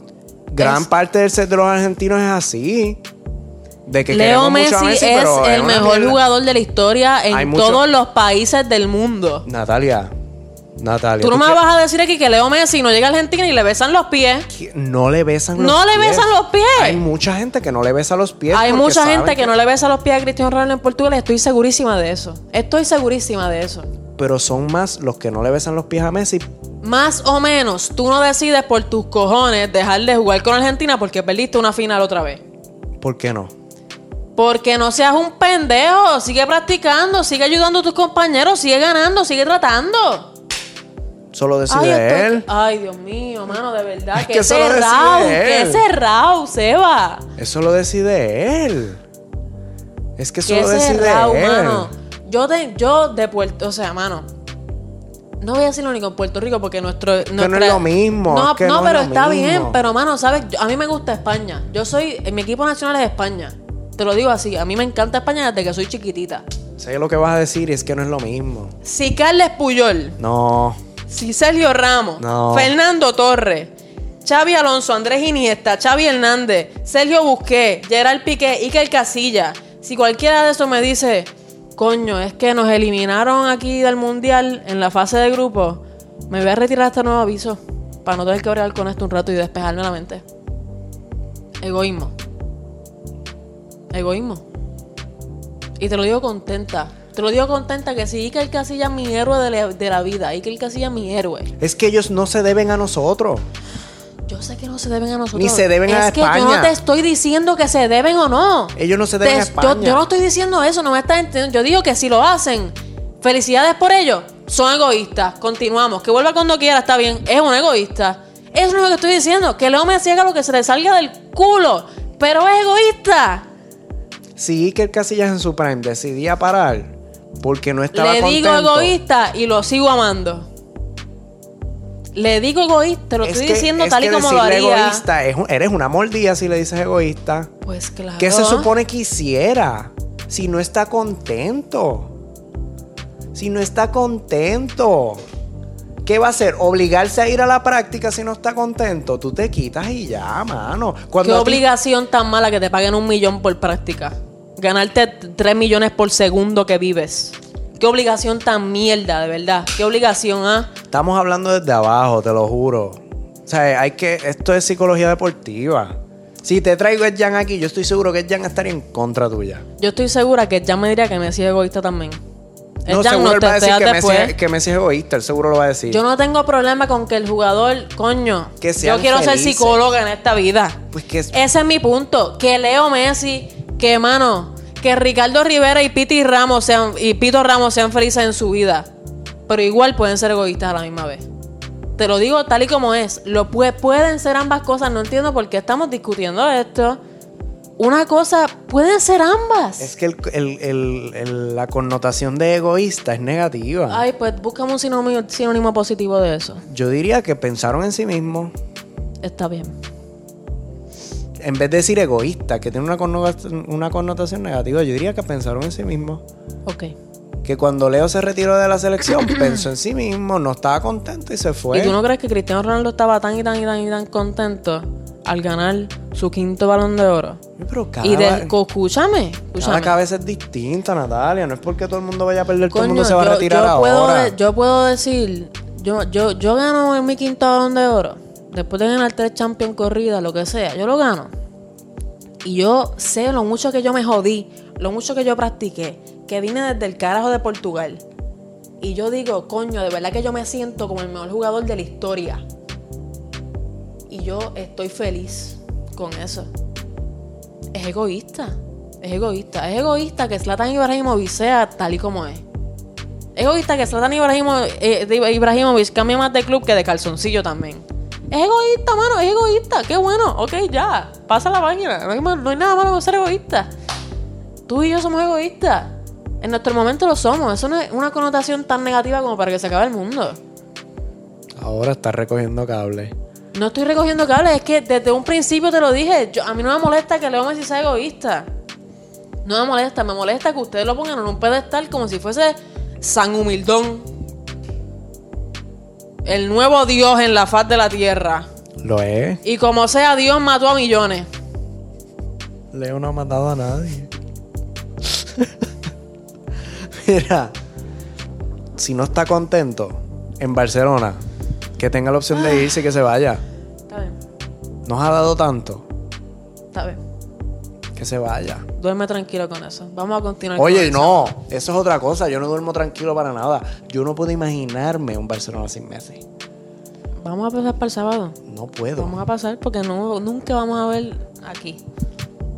gran Es- parte del set de los argentinos es así. De que Leo queremos mucho a Messi, Messi, es pero el una mejor mierda. jugador de la historia en Hay mucho- todos los países del mundo. Natalia, Natalia. Tú no me qué- vas a decir aquí que Leo Messi no llega a Argentina y le besan los pies. que no le besan los No pies. le besan los pies. Hay mucha gente que no le besa los pies. Hay porque mucha saben gente que no le besa los pies a Cristiano Ronaldo en Portugal. Estoy segurísima de eso. Estoy segurísima de eso. Pero son más los que no le besan los pies a Messi. Más o menos, tú no decides por tus cojones dejar de jugar con Argentina porque perdiste una final otra vez. ¿Por qué no? Porque no seas un pendejo. Sigue practicando, sigue ayudando a tus compañeros, sigue ganando, sigue tratando. Solo decide Ay, esto- él. ay, Dios mío, mano, de verdad. Es que que eso lo decide cerrado, él. que cerrado, Seba. Eso lo decide él. Es que eso Que lo decide cerrado, él. mano. Yo de, yo de Puerto, o sea, mano. No voy a decirlo ni con Puerto Rico porque nuestro. nuestra- no es lo mismo, No, es que no, no es pero lo está mismo. bien. Pero, mano, ¿sabes? Yo- a mí me gusta España. Yo soy. Mi equipo nacional es España. Te lo digo así. A mí me encanta España desde que soy chiquitita. Sé lo que vas a decir y es que no es lo mismo. Si Carles Puyol, No. si Sergio Ramos, No. Fernando Torres, Xavi Alonso, Andrés Iniesta, Xavi Hernández, Sergio Busqué, Gerard Piqué, Iker Casilla, si cualquiera de esos me dice, coño, es que nos eliminaron aquí del Mundial en la fase de grupo, me voy a retirar este nuevo aviso para no tener que bregar con esto un rato y despejarme la mente. Egoísmo. Egoísmo. Y te lo digo contenta. Te lo digo contenta que si Iker Casilla es mi héroe de la, de la vida. Iker Casilla es mi héroe. Es que ellos no se deben a nosotros. Yo sé que no se deben a nosotros. Ni se deben es a que Yo España. no te estoy diciendo que se deben o no. Ellos no se Te deben a est- España. Yo, yo no estoy diciendo eso, no me estás entendiendo. Yo digo que si lo hacen, felicidades por ello. Son egoístas. Continuamos. Que vuelva cuando quiera, está bien. Es un egoísta. Eso es lo que estoy diciendo. Que Leo Messi haga lo que se le salga del culo. Pero es egoísta. Si Iker Casillas en su prime decidía parar porque no estaba Le digo contento, egoísta y lo sigo amando. Le digo egoísta, lo es estoy que- diciendo es tal y que como lo decirle haría. egoísta es un- eres una mordida si le dices egoísta. Pues claro. ¿Qué se supone que hiciera si no está contento? Si no está contento. ¿Qué va a hacer? ¿Obligarse a ir a la práctica si no está contento? Tú te quitas y ya, mano. Cuando ¿Qué a ti- obligación tan mala que te paguen un millón por práctica? Ganarte 3 millones por segundo que vives. ¿Qué obligación tan mierda, de verdad? ¿Qué obligación, ah? Estamos hablando desde abajo, te lo juro. O sea, hay que. Esto es psicología deportiva. Si te traigo a Jan aquí, yo estoy seguro que Jan estaría en contra tuya. Yo estoy segura que Jan me diría que Messi es egoísta también. El Jan seguro él va a decir testea que Messi, después. es- que Messi es egoísta, él seguro lo va a decir. pues. Yo no tengo problema con que el jugador, coño, Que sean yo quiero ser felices. psicóloga en esta vida. Pues que es- Ese es mi punto. Que Leo Messi, que mano, que Ricardo Rivera y Piti Ramos sean, y Pito Ramos sean felices en su vida. Pero igual pueden ser egoístas a la misma vez. Te lo digo tal y como es. Lo pue- pueden ser ambas cosas. No entiendo por qué estamos discutiendo esto. Una cosa, pueden ser ambas. Es que el- el- el- el- la connotación de egoísta es negativa. Ay, pues búscame un sinónimo, sinónimo positivo de eso. Yo diría que pensaron en sí mismo. Está bien. En vez de decir egoísta, que tiene una, connotación- una connotación negativa, yo diría que pensaron en sí mismo. Ok. Que cuando Leo se retiró de [CLEARS THROAT] la selección, pensó en sí mismo, no estaba contento y se fue. ¿Y tú no crees que Cristiano Ronaldo estaba tan y tan y tan y tan contento al ganar su quinto balón de oro? Pero cada, y de, va- co- escúchame, cada escúchame. cabeza es distinta, Natalia. No es porque todo el mundo vaya a perder, todo el Coño, mundo se va yo, a retirar yo puedo, ahora. de- yo puedo decir, yo, yo, yo gano en mi quinto balón de oro. Después de ganar tres champions corridas, lo que sea, yo lo gano. Y yo sé lo mucho que yo me jodí, lo mucho que yo practiqué, que vine desde el carajo de Portugal. Y yo digo, coño, de verdad que yo me siento como el mejor jugador de la historia. Y yo estoy feliz con eso. Es egoísta. Es egoísta. Es egoísta que Zlatan Ibrahimovic sea tal y como es. Es egoísta que Zlatan Ibrahimo- eh, de- Ibrahimovic cambie más de club que de calzoncillo también. Es egoísta, mano, es egoísta. Qué bueno. Ok, ya. Pasa la página. No hay, ma- no hay nada malo con ser egoísta. Tú y yo somos egoístas. En nuestro momento lo somos. Eso no es una connotación tan negativa como para que se acabe el mundo. Ahora está recogiendo cable. No estoy recogiendo cables, es que desde un principio te lo dije. Yo- a mí no me molesta que Leo Messi sea egoísta. No me molesta, me molesta que ustedes lo pongan en un pedestal como si fuese San Humildón. El nuevo Dios en la faz de la tierra. Lo es. Y como sea, Dios mató a millones. Leo no ha matado a nadie. [LAUGHS] Mira, si no está contento en Barcelona, que tenga la Ah. opción de irse y que se vaya. Está bien, Nos ha dado tanto está bien. que se vaya. Duerme tranquilo con eso. Vamos a continuar. con Oye, eso. no, eso es otra cosa. Yo no duermo tranquilo para nada. Yo no puedo imaginarme un Barcelona sin Messi. Vamos a pasar para el sábado. No puedo. Vamos a pasar porque no, nunca vamos a ver aquí.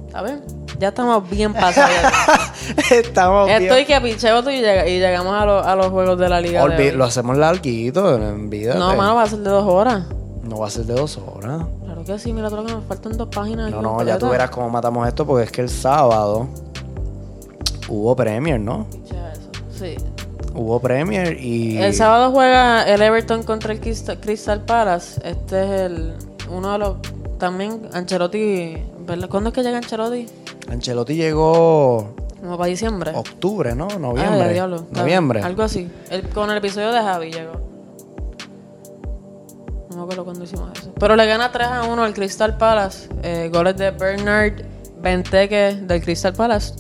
¿Está bien? Ya estamos bien pasados. [LAUGHS] Estamos bien. Estoy que picheo tú y, llega- y llegamos a, lo- a los juegos de la liga. de Olvi- hoy. Lo hacemos larguito, en vida. no, mano, va a ser de dos horas. No va a ser de dos horas. Claro que sí, mira, otro que nos faltan dos páginas. No, aquí no, ya tú completas. verás cómo matamos esto porque es que el sábado hubo Premier, ¿no? Pichea eso. Sí. Hubo Premier y... El sábado juega el Everton contra el Crystal Crystal Palace. Este es el uno de los. También Ancelotti. ¿verdad? ¿Cuándo es que llega Ancelotti? Ancelotti llegó Como para diciembre. octubre, ¿no? Ah, Noviembre. ya, diablo. Está bien. Noviembre. Algo así. El- con el episodio de Javi llegó. No me acuerdo cuándo hicimos eso. Pero le gana 3 a 1 al Crystal Palace. Eh, goles de Bernard Benteke del Crystal Palace.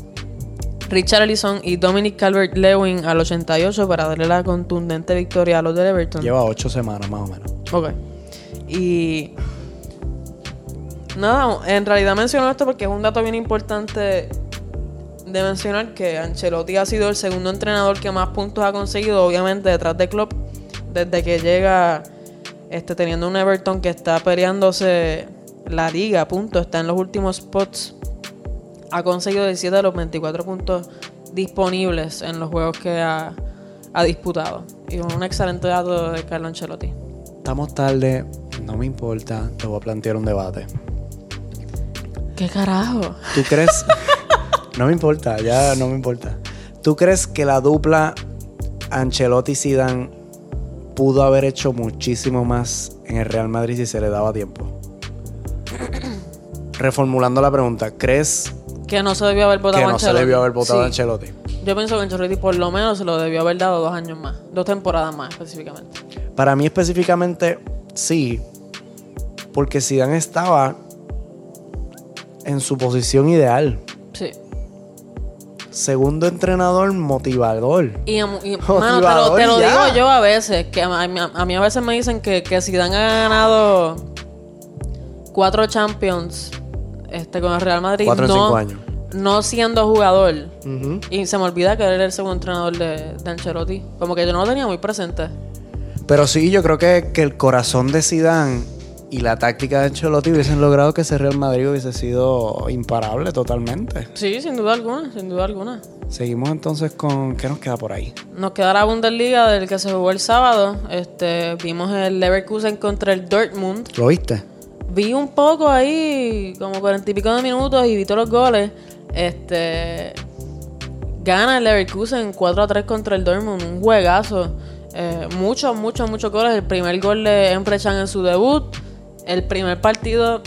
Richard Ellison y Dominic Calvert Lewin al 88 para darle la contundente victoria a los del Everton. Lleva ocho semanas más o menos. Ok. Y. Nada, en realidad menciono esto porque es un dato bien importante de mencionar que Ancelotti ha sido el segundo entrenador que más puntos ha conseguido, obviamente, detrás de Klopp, desde que llega este, teniendo un Everton que está peleándose la liga, punto, está en los últimos spots. Ha conseguido 17 de los 24 puntos disponibles en los juegos que ha, ha disputado. Y un excelente dato de Carlo Ancelotti. Estamos tarde, no me importa, te voy a plantear un debate. ¿Qué carajo? ¿Tú [LAUGHS] crees? no me importa, ya no me importa. ¿Tú crees que la dupla Ancelotti Zidane pudo haber hecho muchísimo más en el Real Madrid si se le daba [CLEARS THROAT] tiempo? Reformulando la pregunta, ¿crees Que no se debió haber que votado no se Ancelotti. debió haber votado Sí. a Ancelotti? Yo pienso que Ancelotti por lo menos se lo debió haber dado dos años más. Dos temporadas más específicamente. Para mí específicamente, sí. Porque Zidane estaba en su posición ideal. Sí. Segundo entrenador motivador. Y, a [LAUGHS] mu- y, mano, te lo, te lo Motivador y ya. digo yo a veces, que a, a mí- a mí a veces me dicen que, que Zidane ha ganado cuatro Champions este, con el Real Madrid. Cuatro en no, cinco años. No siendo jugador. Ujú. Y se me olvida que él era el segundo entrenador de, de Ancelotti. Como que yo no lo tenía muy presente. Pero sí, yo creo que, que el corazón de Zidane y la táctica de Ancelotti hubiesen logrado que ese Real Madrid hubiese sido imparable totalmente. Sí, sin duda alguna, sin duda alguna. Seguimos entonces con qué nos queda por ahí. Nos queda la Bundesliga del que se jugó el sábado. Este, vimos el Leverkusen contra el Dortmund. ¿Lo viste? Vi un poco ahí, como cuarenta y pico de minutos, y vi todos los goles. Este, gana el Leverkusen 4 a 3 contra el Dortmund. Un juegazo. Eh, muchos, muchos, muchos goles. El primer gol de Emre Can en su debut. El primer partido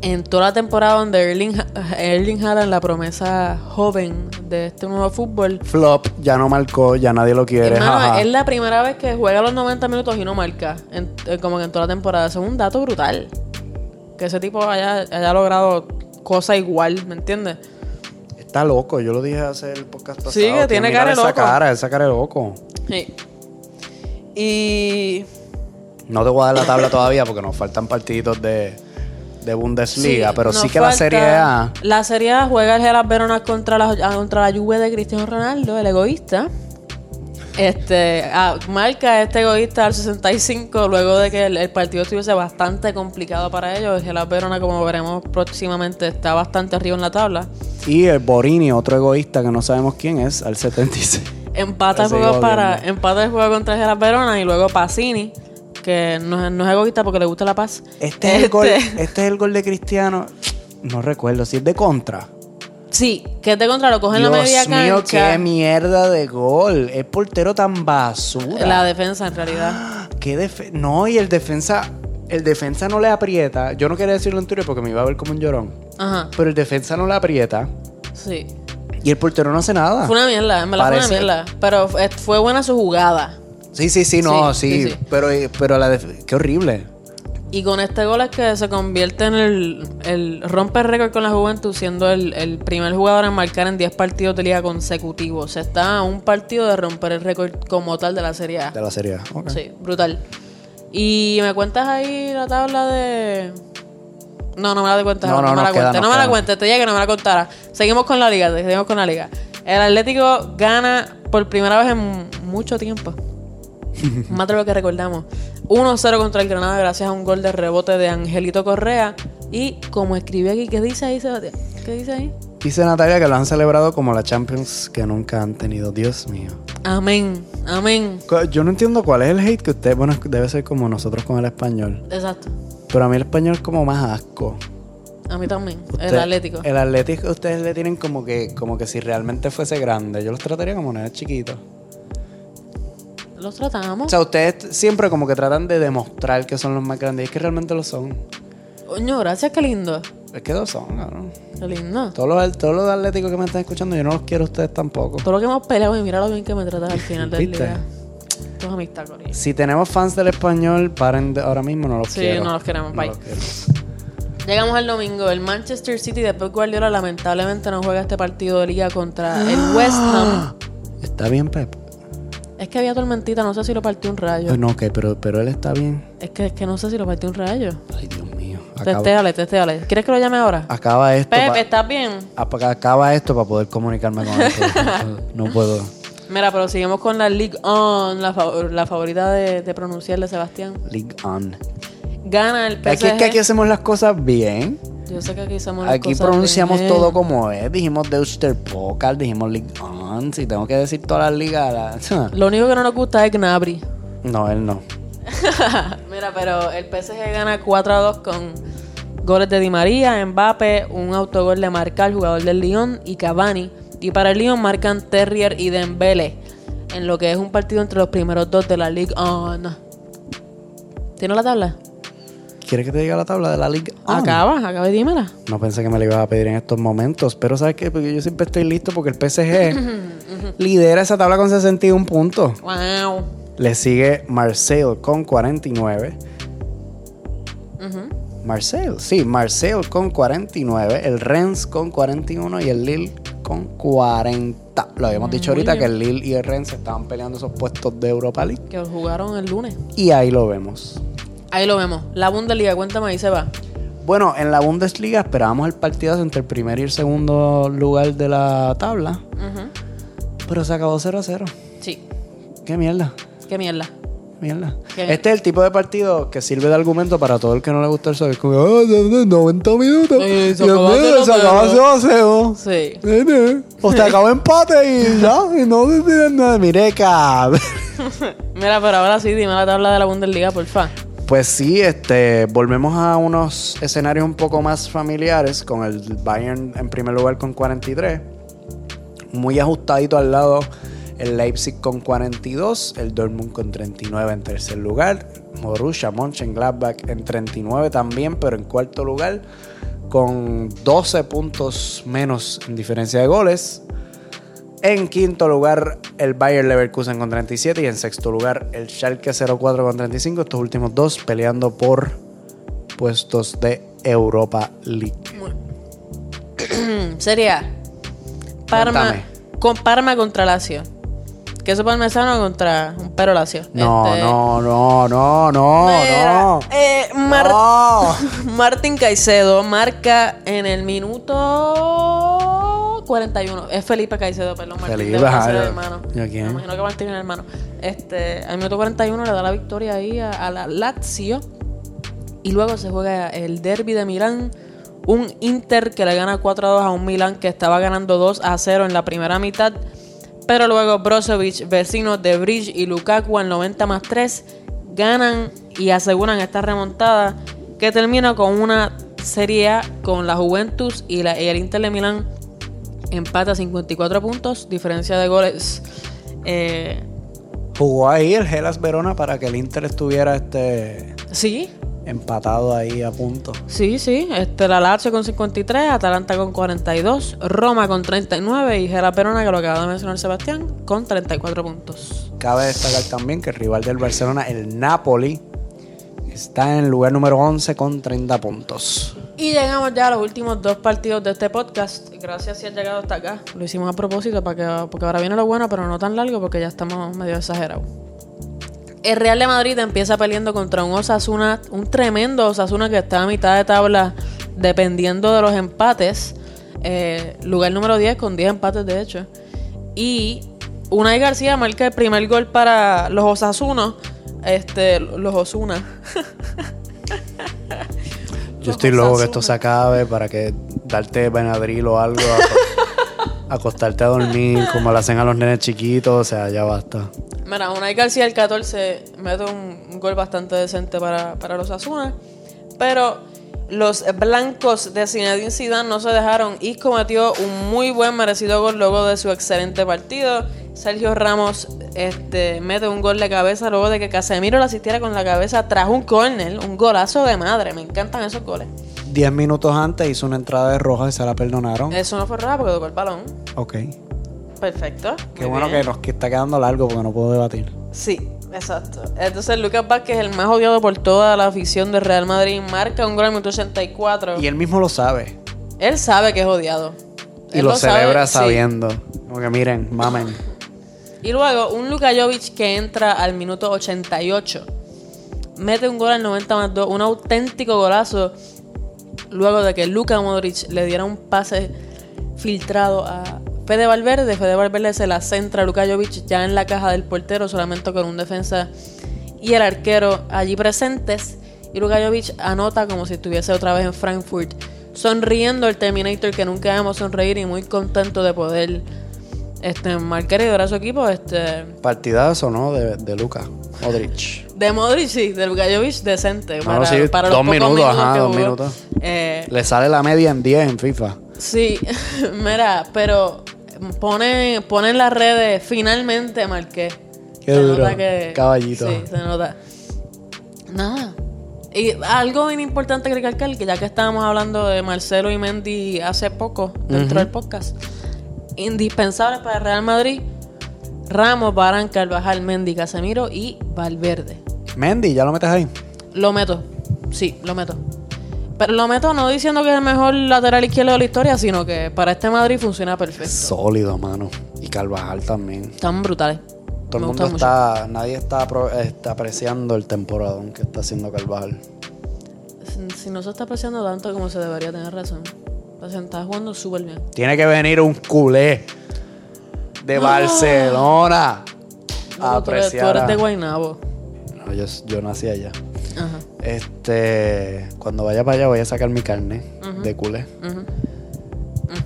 en toda la temporada donde Erling, Ha- Erling Haaland, la promesa joven de este nuevo fútbol, Flop, ya no marcó, ya nadie lo quiere. Hermano, eh, jaja. es la primera vez que juega los 90 minutos y no marca, en- eh, como que en toda la temporada. Eso es un dato brutal. Que ese tipo haya, haya logrado cosa igual, ¿me entiendes? Está loco, yo lo dije hace el podcast pasado. Sí, que tiene mirar cara de esa loco. cara, esa cara de loco. Sí. Y No te voy a dar la [COUGHS] tabla todavía porque nos faltan partiditos de, de Bundesliga, Sí, pero nos sí que la falta- Serie A La Serie ah, A juega el Hellas Verona contra la, contra la Juve de Cristiano Ronaldo, el egoísta. Este, ah, marca este egoísta al 65 luego de que el, el partido estuviese bastante complicado para ellos. El Verona, como veremos próximamente, está bastante arriba en la tabla. Y el Borini, otro egoísta que no sabemos quién es, al 76. Empata el Ese juego odio, para, ¿no? empata el juego contra Gelas Verona y luego Pacini, que no, es- no es egoísta porque le gusta la paz. Este es, el gol, este es el gol de Cristiano. No recuerdo si es de contra. Sí, que este contra lo coge en la media Dios mío, cancha. qué mierda de gol. Es portero tan basura. la defensa en realidad. ¿Qué defe- no, y el defensa, el defensa no le aprieta. Yo no quería decirlo en Twitter porque me iba a ver como un llorón. Ajá, Pero el defensa no le aprieta sí. y el portero no hace nada. Fue una mierda, en verdad Ah, Parece- fue una mierda. Pero eh, fue buena su jugada. Sí, sí, sí, no, Sí, sí. sí, sí. Pero, eh, pero la def- qué horrible. Y con este gol es que se convierte en el, el rompe récord con la Juventud, siendo el, el primer jugador en marcar en 10 partidos de liga consecutivos. O sea, está a un partido de romper el récord como tal de la Serie A. De la serie. A. Ok. Sí, brutal. Y me cuentas ahí la tabla de. No, no me la cuentas. No, ahora, no, No, me la nos queda, cuentes. No nos me la queda. cuentes. Te dije que no me la contara. Seguimos con la liga. Seguimos con la liga. El Atlético gana por primera vez en mucho [LAUGHS] tiempo. Más de lo que recordamos. 1-0 contra el Granada gracias a un gol de rebote de Angelito Correa. Y como escribí aquí, ¿qué dice ahí, Sebastián? ¿Qué dice ahí? Dice Natalia que lo han celebrado como la Champions que nunca han tenido. Dios mío. Amén. Amén. Cu- Yo no entiendo cuál es el hate que usted. Bueno, es que debe ser como nosotros con el español. Exacto. Pero a mí el español es como más asco. A mí también. El Usted- Atlético. El Atlético ustedes le tienen como que, como que si realmente fuese grande. Yo los trataría como nada chiquitos. Los tratamos. O sea, ustedes t- siempre como que tratan de demostrar que son los más grandes. Y es que realmente lo son. Coño, gracias, qué lindo. Es que lo son, cabrón. Qué lindo. Todos los, todos los atléticos que me están escuchando, yo no los quiero a ustedes tampoco. Todo lo que hemos peleado y mira lo bien que me tratas al final del ¿Viste? día. Tus amistad con ellos. Si tenemos fans del español, paren de- ahora mismo, no los Sí, quiero. no los queremos, bye. los quiero. [GASPS] Llegamos al domingo. El Manchester City de Pep Guardiola lamentablemente no juega este partido de liga contra [GASPS] el West Ham. Está bien, Pep. Es que había tormentita, no sé si lo partió un rayo. Pues no, ok, pero, pero él está bien. Es que, es que no sé si lo partió un rayo. Ay, Dios mío. Acaba, Testéale, testéale. ¿Quieres que lo llame ahora? acaba esto. Pep, pa- ¿estás bien? apa- acaba esto para poder comunicarme con él. [LAUGHS] no puedo. Mira, pero seguimos con la League On, la, fav- la favorita de, de pronunciarle, Sebastián. League on. Gana el PSG. Aquí es que aquí hacemos las cosas bien. Yo sé que aquí somos las Aquí cosas pronunciamos bien. todo como es. Dijimos Deuster Pokal, dijimos League On. Si tengo que decir todas las ligas. la- [LAUGHS] Lo único que no nos gusta es Gnabry. No, él no. [LAUGHS] Mira, pero el PSG gana 4 a 2 con goles de Di María, Mbappe, un autogol de marca el jugador del Lyon y Cavani. Y para el Lyon marcan Terrier y Dembele, en lo que es un partido entre los primeros dos de la Ligue 1. ¿Tienes la tabla? ¿Quieres que te diga la tabla de la League On? Acaba, acaba y dímela. No pensé que me la ibas a pedir en estos momentos. Pero ¿sabes qué? Porque yo siempre estoy listo porque [LAUGHS] el PSG lidera esa tabla con 61 puntos. Wow. Le sigue Marseille con 49. Marseille, sí, Marseille con 49, el Rennes con 41 y el Lille con 40. Lo habíamos dicho ahorita que el Lille y el Rennes estaban peleando esos puestos de Europa League. Que jugaron el lunes. Y ahí lo vemos. Ahí lo vemos. La Bundesliga, cuéntame, ahí se va. Bueno, en la Bundesliga esperábamos el partido entre el primer y el segundo lugar de la tabla, Ujú. pero se acabó 0 a 0. Sí, Qué mierda. qué mierda. Mierda. ¿Qué? Este es el tipo de partido que sirve de argumento para todo el que no le gusta el soccer. Como, "Ah, no, no, 90 minutos. Sí, se Dios acabó mío, 0 a se acabó 0 a 0. Sí. Nene, O te acabó empate y ya. Y no te tiran nada. Mire, cabrón. Mira, pero ahora sí, dime la tabla de la Bundesliga, porfa. Pues sí, este, volvemos a unos escenarios un poco más familiares con el Bayern en primer lugar con 43, muy ajustadito al lado el Leipzig con 42, el Dortmund con 39 en tercer lugar, Borussia Mönchengladbach en 39 también, pero en cuarto lugar con 12 puntos menos en diferencia de goles. En quinto lugar, el Bayer Leverkusen con 37. Y en sexto lugar, el Schalke 04 con 35. Estos últimos dos peleando por puestos de Europa League. Serie A. Mm, Parma, Cuéntame. con Parma contra Lazio. Queso parmesano contra un perro Lazio. No, Este, no, no, no, no, mira, no. eh, Mar- [LAUGHS] No. Martín Caicedo marca en el minuto no, 41. Es Felipe Caicedo, perdón, Martín. Felipe, debe ser ajá, el yo- hermano. ¿yo quién? Me imagino que Martín es el hermano. Este, al minuto 41 le da la victoria ahí a, a la Lazio. Y luego se juega el derby de Milán. Un Inter que le gana 4 a 2 a un Milán que estaba ganando 2 a 0 en la primera mitad. Pero luego Brozovic, vecinos de Bridge y Lukaku al 90 más 3 ganan y aseguran esta remontada que termina con una Serie A con la Juventus y, la, y el Inter de Milán empata 54 puntos, diferencia de goles. Eh, Jugó ahí el Gelas Verona para que el Inter estuviera este sí, empatado ahí a punto. Sí, sí, este, la Lazio con 53, Atalanta con 42, Roma con 39 y Gela Perona, que lo acaba de mencionar Sebastián, con 34 puntos. Cabe destacar también que el rival del Barcelona, el Napoli, está en el lugar número 11 con 30 puntos. Y llegamos ya a los últimos dos partidos de este podcast. Gracias si has llegado hasta acá. Lo hicimos a propósito para que, porque ahora viene lo bueno, pero no tan largo porque ya estamos medio exagerados. El Real de Madrid empieza peleando contra un Osasuna, un tremendo Osasuna que está a mitad de tabla dependiendo de los empates. Eh, lugar número 10 con 10 empates de hecho. Y Unai García marca el primer gol para los Osasunos. Este, los Osuna. Yo estoy Los loco que Osasuna. esto se acabe para que darte Benadryl o algo, [LAUGHS] aco- acostarte a dormir como lo hacen a los nenes chiquitos, o sea, ya basta. Mira, Unai García el 14 mete un, un gol bastante decente para, para los Asuna. Pero los blancos de Zinedine Zidane no se dejaron y cometió un muy buen merecido gol luego de su excelente partido. Sergio Ramos este, mete un gol de cabeza luego de que Casemiro la asistiera con la cabeza tras un córner, un golazo de madre. Me encantan esos goles. 10 minutos antes hizo una entrada de roja y se la perdonaron. Eso no fue raro porque tocó el balón. Ok. Perfecto. Qué muy bueno bien. que nos que está quedando largo porque no puedo debatir. Sí, exacto. Entonces Lucas Vázquez, el más odiado por toda la afición del Real Madrid, marca un gol en el minuto 84. Y él mismo lo sabe. Él sabe que es odiado. Y Él lo, sabe, celebra sí. sabiendo. Como que miren, mamen. Y luego un Luka Jovic que entra al minuto 88. Mete un gol al 90 más 2, un auténtico golazo. Luego de que Luka Modric le diera un pase filtrado a Fede Valverde. Fede Valverde se la centra a Luka Jovic ya en la caja del portero, solamente con un defensa y el arquero allí presentes. Y Luka Jovic anota como si estuviese otra vez en Frankfurt, sonriendo el Terminator que nunca debemos sonreír y muy contento de poder este, marcar y adorar a su equipo. Este, Partidazo, ¿no? De, de Luca Modric. de Modric, sí, de Luka Jovic, decente. Ah, No, sí, dos pocos minutos, ajá, que dos jugó. minutos. Eh, Le sale la media en 10 en FIFA. Sí, [LAUGHS] mira, pero pone, pone en las redes, finalmente marqué. Qué duro, caballito. Sí, se nota. Nada. Y algo bien importante que recalcar, que ya que estábamos hablando de Marcelo y Mendy hace poco, dentro del podcast, indispensables para el Real Madrid, Ramos, Barán, Carvajal, Mendy, Casemiro y Valverde. Mendy, ya lo metes ahí. Lo meto. Sí, lo meto. Pero lo meto no diciendo que es el mejor lateral izquierdo de la historia, sino que para este Madrid funciona perfecto. Sólido, mano. Y Carvajal también. Están brutales. Todo Me el mundo gustan está. Nadie está, apro- está apreciando el temporadón que está haciendo Carvajal. mucho. Si no se está apreciando tanto como se debería tener razón. O sea, está jugando súper bien. Tiene que venir un culé de Barcelona a Ah. Tú eres- Tú eres apreciar. de a- Guaynabo. No, yo, yo nací allá. Ajá. Este, cuando vaya para allá voy a sacar mi carne de culé. ujú.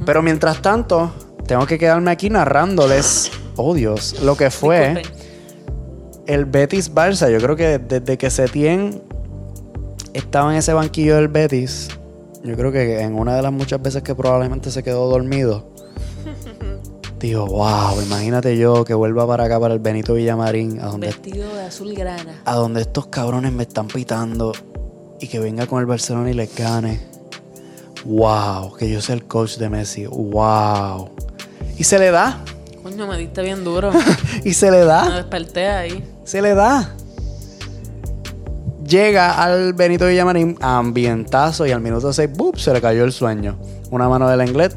Pero mientras tanto, tengo que quedarme aquí narrándoles, oh Dios, lo que fue Disculpen. el Betis Barça. Yo creo que desde que Setién estaba en ese banquillo del Betis, yo creo que en una de las muchas veces que probablemente se quedó dormido, digo, wow, imagínate yo que vuelva para acá, para el Benito Villamarín, a donde Vestido de azul grana. a donde estos cabrones me están pitando y que venga con el Barcelona y les gane. Wow, que yo sea el coach de Messi. Wow. Y se le da, Coño, me diste bien duro. y se le me da, desperté ahí. se le da. Llega al Benito Villamarín ambientazo y al minuto 6, ¡bup! se le cayó el sueño. Una mano del Englet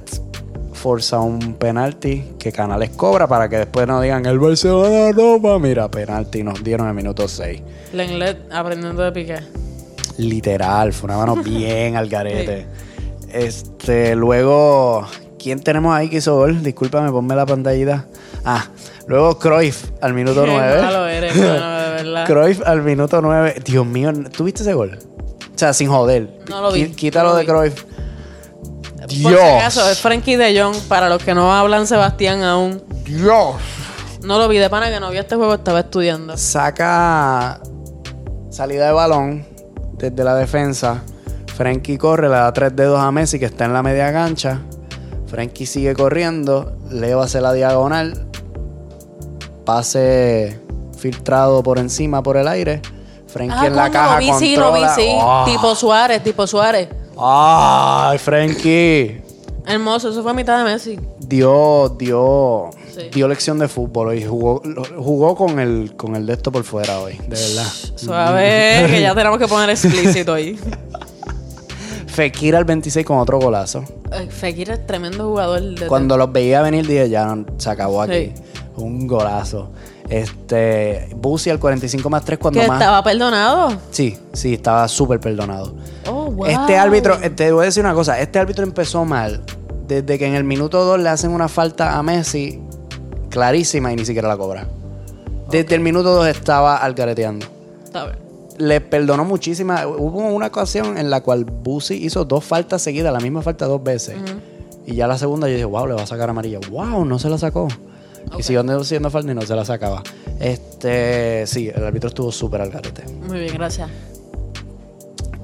forza un penalti que Canales cobra para que después no digan el Barcelona Roma. Mira, penalti nos dieron al minuto 6. Lenglet aprendiendo de pique. Literal, fue una mano bien al garete. Este, luego ¿Quién tenemos ahí que hizo gol? Discúlpame, ponme la pantallita. Ah, luego Cruyff al minuto Qué 9. malo eres, mano, de verdad. [LAUGHS] Cruyff al minuto 9. Dios mío, ¿tuviste ese gol? O sea, sin joder. No lo vi, Qui- Quítalo no lo de vi. Cruyff. Por Dios. si acaso, es Frankie de Jong, para los que no hablan Sebastián aún. Dios. No lo vi de pana que no vi este juego, estaba estudiando. Saca salida de balón desde la defensa. Frankie corre, le da tres dedos a Messi que está en la media cancha. Frankie sigue corriendo, Leo hace la diagonal. Pase filtrado por encima, por el aire. Frankie Ah, en la coño, caja lo vi, sí, lo vi, controla. sí. ¡Oh! Tipo Suárez, tipo Suárez. ¡Ay, Frankie! Hermoso, eso fue a mitad de Messi. Dio, dio, Sí. dio lección de fútbol y jugó, lo- jugó con el, con el de esto por fuera hoy, de verdad. Suave, que ya tenemos que poner explícito [LAUGHS] ahí. Mm-hmm. Fekir al 26 con otro golazo. Eh, Fekir es tremendo jugador. De Cuando los veía venir dije, ya no, se acabó aquí. Sí. Un golazo. Este, Busi al 45 más 3 cuando que más... estaba perdonado. Sí, sí, estaba súper perdonado. Oh, wow. Este árbitro, eh, te voy a decir una cosa, este árbitro empezó mal. Desde que en el minuto 2 le hacen una falta a Messi, clarísima y ni siquiera la cobra. Desde el minuto 2 estaba algareteando. Está bien. Le perdonó muchísimas. Hubo una ocasión en la cual Busi hizo dos faltas seguidas, la misma falta dos veces. Y ya la segunda yo dije, wow, le va a sacar amarilla. Wow, no se la sacó. Y siguió haciendo falta y no se la sacaba. Este, sí, el árbitro estuvo súper al garete. Muy bien, gracias.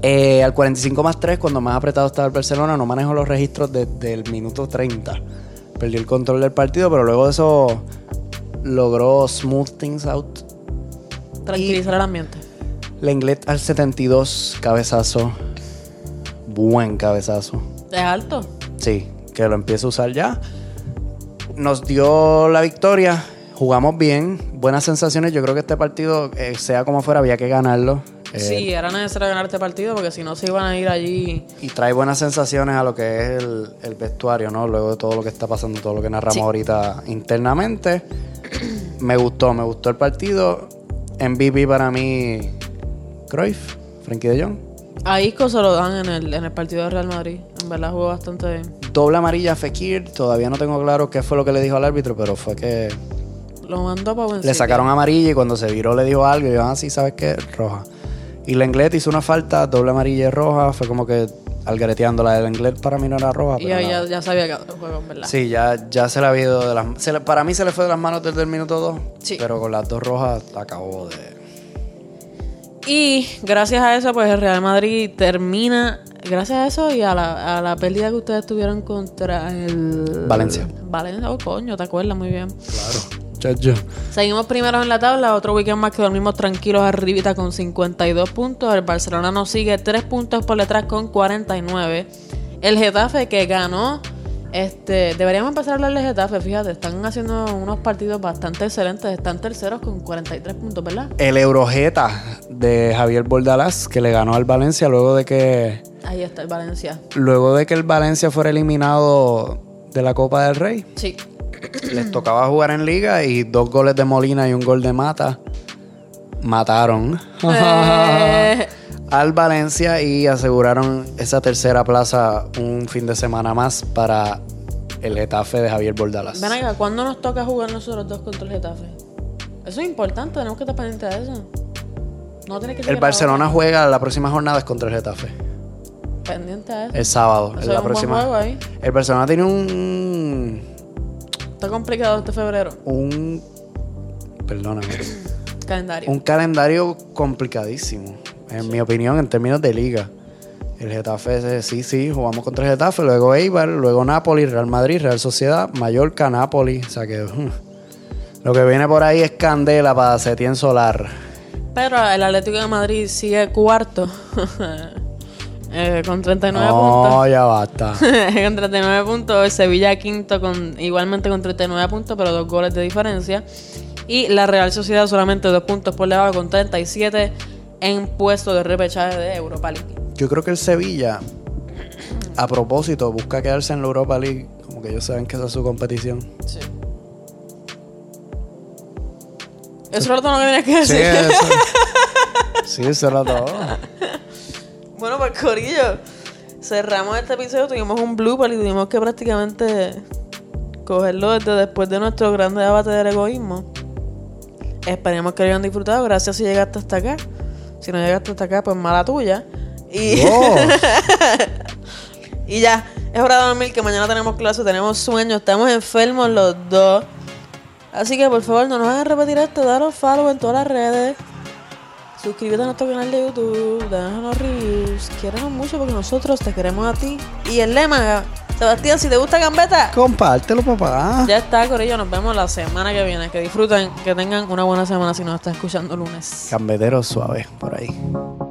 Eh, al 45 más 3, cuando más apretado estaba el Barcelona, no manejó los registros desde el minuto 30. Perdió el control del partido, pero luego de eso logró smooth things out. Tranquilizar el ambiente. Lenglet al 72, cabezazo. Buen cabezazo. Es alto. Sí, que lo empieza a usar ya. Nos dio la victoria. Jugamos bien, buenas sensaciones. Yo creo que este partido, eh, sea como fuera, había que ganarlo. Eh, Sí, era necesario ganar este partido porque si no se iban a ir allí. Y trae buenas sensaciones a lo que es el, el vestuario, ¿no? Luego de todo lo que está pasando, todo lo que narramos Sí. ahorita internamente. [CLEARS THROAT] Me gustó, me gustó el partido. MVP para mí, Cruyff, Frankie de Jong. A Isco se lo dan en el, en el partido de Real Madrid. En verdad jugó bastante bien. Doble amarilla a Fekir. Todavía no tengo claro qué fue lo que le dijo al árbitro, pero fue que Lo mandó para buen le sitio. sacaron amarilla y cuando se viró le dijo algo. Y yo, ah, sí, ¿sabes qué? Roja. Y Lenglet hizo una falta, doble amarilla y roja. Fue como que algareteando la de Lenglet para mí no era roja. Y Ah, pero ya, nada. ya, ya sabía que el juego, en verdad. Sí, ya, ya se la había ido de las se le- Para mí se le fue de las manos desde el minuto 2. Sí. Pero con las dos rojas acabó de. Y gracias a eso, pues el Real Madrid termina. Gracias a eso y a la, a la pérdida que ustedes tuvieron contra el. Valencia. Valencia, oh coño, te acuerdas muy bien. Claro. Seguimos primeros en la tabla, otro weekend más que dormimos tranquilos arribita con 52 puntos. El Barcelona nos sigue 3 puntos por detrás con 49. El Getafe que ganó. Este, deberíamos empezar a hablar del Getafe, fíjate, están haciendo unos partidos bastante excelentes, están terceros con 43 puntos, ¿verdad? El Eurojeta de Javier Bordalás, que le ganó al Valencia luego de que. Ahí está el Valencia. Luego de que el Valencia fuera eliminado de la Copa del Rey. Sí, Les tocaba jugar en liga y dos goles de Molina y un gol de Mata. Mataron. Ah, Eh. al Valencia y aseguraron esa tercera plaza un fin de semana más para el Getafe de Javier Bordalás. Ven acá, ¿cuándo nos toca jugar nosotros dos contra el Getafe? Eso es importante, tenemos que estar pendientes de eso. No tiene que El llegar Barcelona juega la próxima jornada es contra el Getafe. ahora, Pendiente a eso. El sábado. Eso en es la un buen juego próxima. ahí. El Barcelona tiene un. Está complicado este febrero. un perdóname. Calendario. un calendario complicadísimo, en mi opinión, en términos de liga. El Getafe, ese, sí, sí, jugamos contra el Getafe, luego Eibar, luego Napoli, Real Madrid, Real Sociedad, Mallorca, Napoli. O sea que hmm, lo que viene por ahí es candela para Setién Solar. Pero el Atlético de Madrid sigue cuarto. [LAUGHS] Eh, con 39 Oh. puntos. No, ya basta. [LAUGHS] con 39 puntos. El Sevilla quinto, con, igualmente con 39 puntos, pero dos goles de diferencia. Y la Real Sociedad solamente dos puntos por debajo con 37 en puesto de repechaje de Europa League. Yo creo que el Sevilla, a propósito, busca quedarse en la Europa League, como que ellos saben que esa es su competición. Sí. Eso era todo lo que tenías que Sí, decir. eso, sí, eso era todo. Bueno, pues Corillo. cerramos este episodio, tuvimos un blooper y tuvimos que prácticamente cogerlo desde después de nuestro grande debate del egoísmo. Esperemos que lo hayan disfrutado. Gracias si llegaste hasta acá. Si no llegaste hasta acá, pues mala tuya. Y, Wow. y ya, es hora de dormir, que mañana tenemos clase, tenemos sueño, estamos enfermos los dos. Así que por favor, no nos hagan repetir esto, daros follow en todas las redes. Suscríbete a nuestro canal de YouTube, danos reviews, quéranos mucho porque nosotros te queremos a ti. Y el lema, Sebastián, si te gusta Gambeta, Compártelo, papá. ya está, Corillo, nos vemos la semana que viene. Que disfruten, que tengan una buena semana si nos están escuchando lunes. Cambetero suave por ahí.